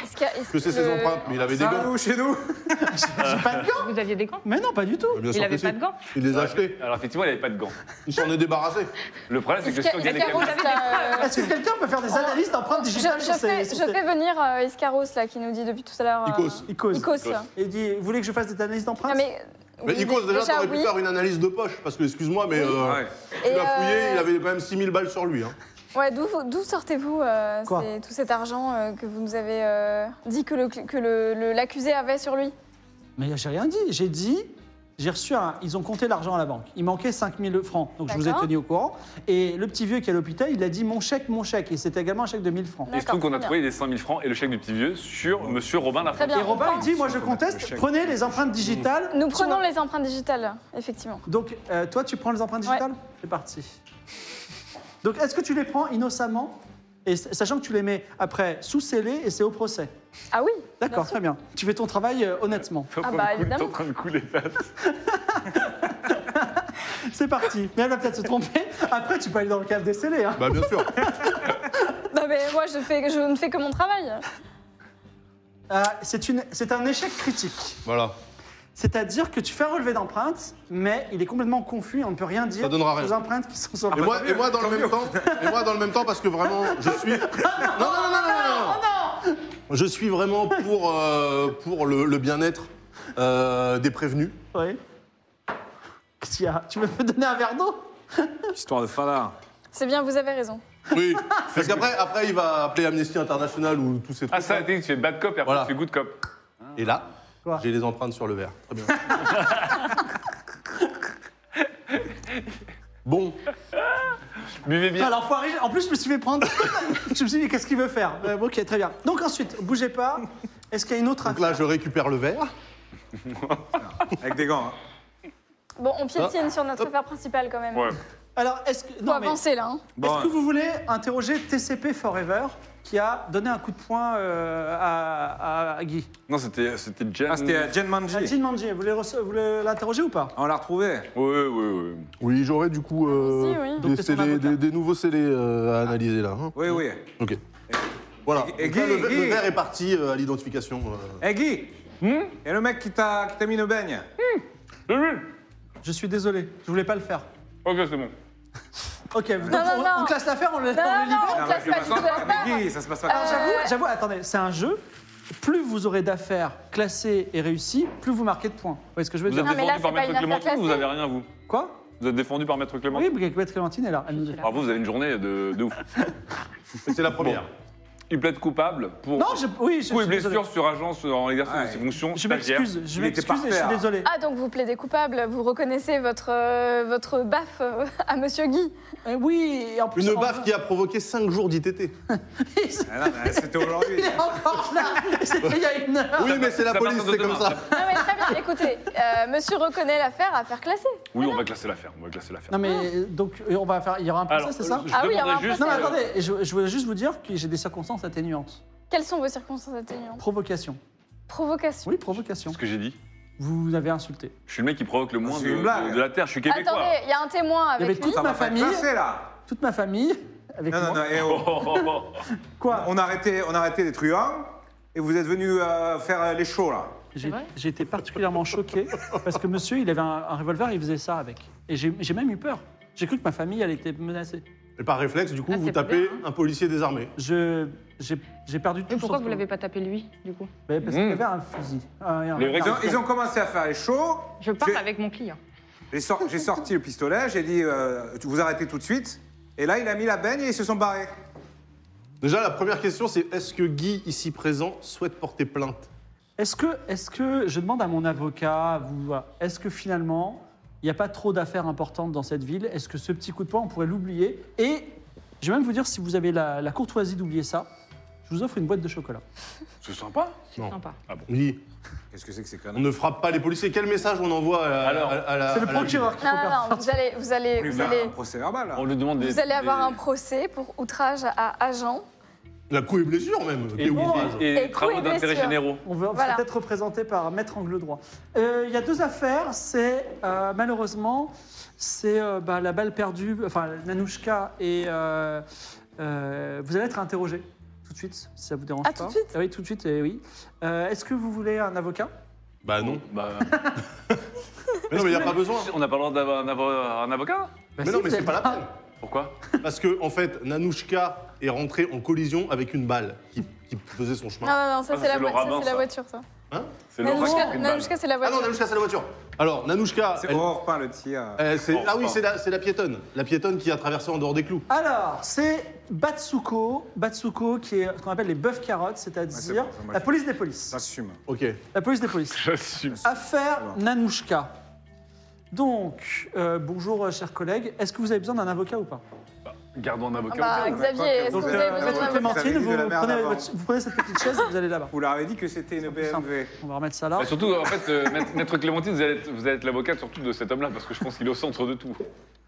Est-ce qu'il y a- est-ce Que c'est ses le- empreintes, mais il avait des Ça, gants. nous, <laughs> chez nous J'ai pas de gants. Vous aviez des gants Mais non, pas du tout. Ah, Bien Il sûr que n'avait pas si. de gants Il les a Alors, achetés. Alors, effectivement, il n'avait pas de gants. Il s'en est débarrassé. Le problème, c'est Est-ce que qu'il si on y gagne a- les est-ce qu'il y a- caméras. euh, Est-ce que quelqu'un peut faire des analyses d'empreintes Je, digitales je sur fais, ces. je sur ces- fais venir euh, Iscaros là qui nous dit depuis tout à l'heure. euh, Icos. Icos. Icos. Icos. Et il dit, vous voulez que je fasse des analyses Non, d'empreintes mais, Mais oui, Icos, déjà, t'aurais pu oui. faire une analyse de poche, parce que, excuse-moi, mais euh, Ouais. tu Et, l'as fouillé, euh, il avait quand même 6000 balles sur lui. hein. Ouais, d'où d'où sortez-vous euh, Quoi ces- tout cet argent euh, que vous nous avez euh, dit que l'accusé le, que le, le- l'accusé avait sur lui Mais j'ai rien dit. J'ai dit, j'ai reçu un. Ils ont compté l'argent à la banque. Il manquait 5000 francs. Donc je vous ai D'accord. tenu au courant. Et le petit vieux qui est à l'hôpital, il a dit mon chèque, mon chèque. Et c'était également un chèque de 1000 francs. Il se trouve D'accord, qu'on a bien. trouvé les 5 000 francs et le chèque du petit vieux sur Monsieur Robin Très Lafont. bien. Et Robin, il dit moi je Faut mettre le conteste, chèque. prenez les empreintes digitales. Nous prenons les empreintes digitales, effectivement. Donc euh, toi, tu prends les empreintes Ouais. digitales C'est parti. Donc est-ce que tu les prends innocemment et s- sachant que tu les mets après sous scellé et c'est au procès. Ah oui D'accord, très bien. Tu fais ton travail euh, honnêtement. Ah bah, T'es en évidemment. train <laughs> de couler. <laughs> C'est parti. Mais elle va peut-être se tromper. Après, tu peux aller dans le cave des scellés. hein. Bah, bien sûr. Non, mais moi je, fais, je ne fais que mon travail. Euh, c'est une- c'est un échec critique. <laughs> Voilà. C'est-à-dire que tu fais un relevé d'empreintes, mais il est complètement confus, on ne peut rien dire Ça donnera rien. aux empreintes qui sont sur Et le moi, et moi dans le même temps, et moi dans le même temps parce que vraiment, je suis. Non, non, non, non, non, non, non. Je suis vraiment pour euh, pour le, le bien-être euh, des prévenus. Oui. Qu'est-ce qu'il y a Tu veux me donner un verre d'eau Histoire de fada. C'est bien, vous avez raison. Oui. <laughs> Parce qu'après, après, il va appeler Amnesty International ou tous ces trucs. Ah, ça, t'es- tu fais bad cop et après Voilà. tu fais good cop. Et là, Quoi j'ai les empreintes sur le verre. Très <laughs> bien. Bon, Buvez bien. Alors, foiré, en plus, je me suis fait prendre. <laughs> je me suis dit, qu'est-ce qu'il veut faire Euh, Ok, très bien. Donc, ensuite, bougez pas. Est-ce qu'il y a une autre donc là, je récupère le verre. Avec des gants. hein. Bon, on piétine sur notre affaire principale quand même. Ah, Ouais. Alors, est-ce que. Faut Non, mais. avancer là. hein. Bon, Est-ce que vous voulez interroger TCP Forever qui a donné un coup de poing euh, à, à Guy Non, c'était c'était Jen. ah, c'était euh, Jen Ah, Manji. Jean Manji, vous voulez rece- vous voulez l'interroger ou pas On l'a retrouvé. Oui, oui, oui. Oui, j'aurais du coup euh, Allons-y, oui. Donc, t'es son scellés- avocat. des- nouveaux scellés euh, à analyser là. hein. Oui, oui. Ok. Voilà. Et- et Donc là, Guy, le, ver- Guy. le verre est parti euh, à l'identification. euh, Eh Guy Hmm Et le mec qui t'a qui t'a mis une baigne C'est lui Je suis désolé, je voulais pas le faire. Ok, c'est bon. Ok, donc non, on, non. on classe l'affaire, on le, Non, on non, le libère. non, on Non, classe mais pas ça du se tout passe Ah pas comme l'affaire. Guy, ça se passe pas Alors Euh, comme j'avoue, j'avoue, attendez, c'est un jeu. Plus vous aurez d'affaires classées et réussies, plus vous marquez de points. Vous voyez ce que je veux Vous dire êtes Non, mais là, défendu par c'est pas une Maître affaire Clémentine ou vous classée. avez rien, vous Quoi Vous êtes défendu par Maître Ah, Clémentine Oui, Brigitte Clémentine est là. Elle nous- Bravo, vous avez une journée de, de ouf. C'est la première. il plaide coupable pour Non, je, oui, je, coups je et suis désolé. blessures sur agence en exercice Ouais. de ses fonctions. Je stagiaire. m'excuse, je Il était m'excuse et je suis parfait, hein. désolé. Ah, donc vous plaidez coupable, vous reconnaissez votre, euh, votre baffe euh, à Monsieur Guy. Eh oui, et en plus. Une on- baffe qui a provoqué 5 jours d'ITT. <laughs> Ah non, mais C'était aujourd'hui. <laughs> Il est encore là <laughs> C'était il y a une heure Oui, mais c'est la Ah, Ça part police, de c'est comme demain. ça. Non, mais très bien, écoutez, euh, monsieur reconnaît l'affaire à faire classer. Oui, on va classer l'affaire. On va classer l'affaire. Non, mais donc, euh, on va faire. Il y aura un procès, c'est ça je Ah oui, demanderais alors, juste. Non, mais euh, attendez, je, je voulais juste vous dire que j'ai des circonstances atténuantes. Quelles sont vos circonstances atténuantes Provocation. Provocation. Oui, provocation. ce que j'ai dit. Vous vous avez insulté. Je suis le mec qui provoque Ah, le moins c'est de, une blague. de- de la terre. Je suis québécois. Attendez, il y a un témoin Il y avait avec lui. toute Ça ma m'a fait famille, classer, là. toute ma famille avec Non, non, moi. non, eh oh. Oh, oh, oh. Quoi On a arrêté, on a arrêté les truands et vous êtes venus euh, faire euh, les shows, là. J'ai j'ai été particulièrement choqué parce que monsieur, il avait un, un revolver, il faisait ça avec. Et j'ai j'ai même eu peur. J'ai cru que ma famille, elle était menacée. Et par réflexe, du coup, Ah, vous c'est tapez bien, hein. un policier désarmé. Je j'ai j'ai perdu tout. Mais pourquoi sens. vous l'avez pas tapé lui, du coup Ben, Parce Mm. qu'il avait un fusil. Un- un- Les vrais Ils ont, un- ils ont commencé à faire les shows. Je parle J'ai- avec mon client. J'ai sor- j'ai sorti le pistolet, j'ai dit euh, vous arrêtez tout de suite. Et là, il a mis la baigne et ils se sont barrés. Déjà, la première question, c'est est-ce que Guy, ici présent, souhaite porter plainte Est-ce que est-ce que je demande à mon avocat, à vous, à- est-ce que finalement il n'y a pas trop d'affaires importantes dans cette ville Est-ce que ce petit coup de poing, on pourrait l'oublier Et je vais même vous dire, si vous avez la, la courtoisie d'oublier ça, je vous offre une boîte de chocolat. C'est sympa. C'est Non. sympa. Guy, Qu'est-ce que c'est que ces on conneries ne frappe pas les policiers. Quel message on envoie à, la- Alors, à- à la. C'est le à la procureur qui Non, faut faire. non, non, vous allez, vous allez, On lui vous fait allez, un procès verbal. là. <laughs> On lui demande des. vous allez avoir des- un procès pour outrage à agent. ville La coup et blessure, même. Et, Quel ouvrage. et- et Et travaux coups et d'intérêt blessures. généraux. On va on Voilà. sera peut-être représenté par Maître Angle Droit. Euh, Il y a deux affaires. C'est euh, malheureusement, c'est euh, bah, la balle perdue. Enfin, Nanouchka et euh, euh, vous allez être interrogé tout de suite, si ça vous dérange Ah, pas. tout de suite Ah Oui, tout de suite. eh oui. Euh, Est-ce que vous voulez un avocat Bah non. Bah, Mais non, mais il n'y a pas besoin. on n'a pas le droit d'avoir un, avo- un avocat Bah Mais si, non, vous mais c'est avez- pas la peine. Pourquoi Parce que, en fait, Nanouchka est rentrée en collision avec une balle qui, qui faisait son Non, chemin. non, non, ça Ah, c'est la, c'est le vo- ça, rabbin, c'est la ça. voiture, ça. Hein C'est le Nanouchka- racket, une balle. Nanouchka, c'est la Ah non, voiture. Nanouchka, c'est la voiture. Alors, Nanouchka. C'est elle- Aurore Pin, le tir. euh, c'est- Oh, ah oui, pardon. c'est la, c'est la piétonne. La piétonne qui a traversé en dehors des clous. Alors, c'est Batsuko, Batsuko qui est ce qu'on appelle les bœufs carottes, c'est c'est-à-dire bon, ça, moi, la je- police des polices. J'assume. Ok. La police des polices. J'assume. Affaire Alors. Nanouchka. Donc, euh, bonjour, euh, chers collègues. Est-ce que vous avez besoin d'un avocat ou pas Gardons un avocat. Bah, au cas où. Xavier, est-ce que Donc, vous euh, avez besoin maître d'un avocat Vous avez Clémentine, dit vous, de la merde prenez, avant. votre- vous prenez cette petite chaise et vous allez là-bas. Vous leur avez dit que c'était une BMW. On va remettre ça là. Bah, surtout, en fait, euh, maître, maître Clémentine, vous allez être, vous allez être l'avocate surtout de cet homme-là, parce que je pense qu'il est au centre de tout.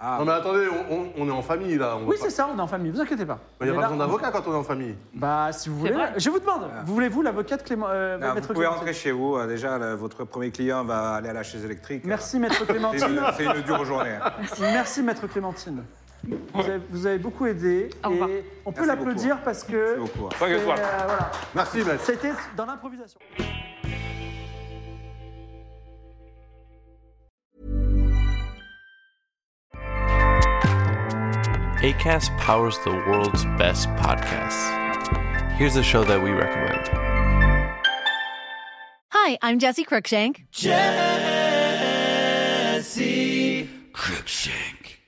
Ah, Non, mais attendez, on, on- on est en famille là. Oui, c'est ça, on est en famille, vous inquiétez pas. Il n'y a On est pas là. besoin d'avocat quand on est en famille. Bah, si vous voulez. vrai. Je vous demande, vous voulez-vous l'avocat de Clément euh, non, Ah, vous Maître pouvez Clémentine rentrer chez vous. euh, Déjà, le- votre premier client va aller à la chaise électrique. Merci, Maître C'est une, Clémentine. c'est une dure journée. hein. Merci, Maître Clémentine. Vous avez, vous avez beaucoup aidé. Au revoir. et on peut Merci l'applaudir parce que. C'est beaucoup, hein. Pas que c'est, toi. euh, voilà. Merci, maître. C'était dans l'improvisation. ACAST powers the world's best podcasts. Here's a show that we recommend. Hi, I'm Jesse Cruikshank. Jesse Cruikshank.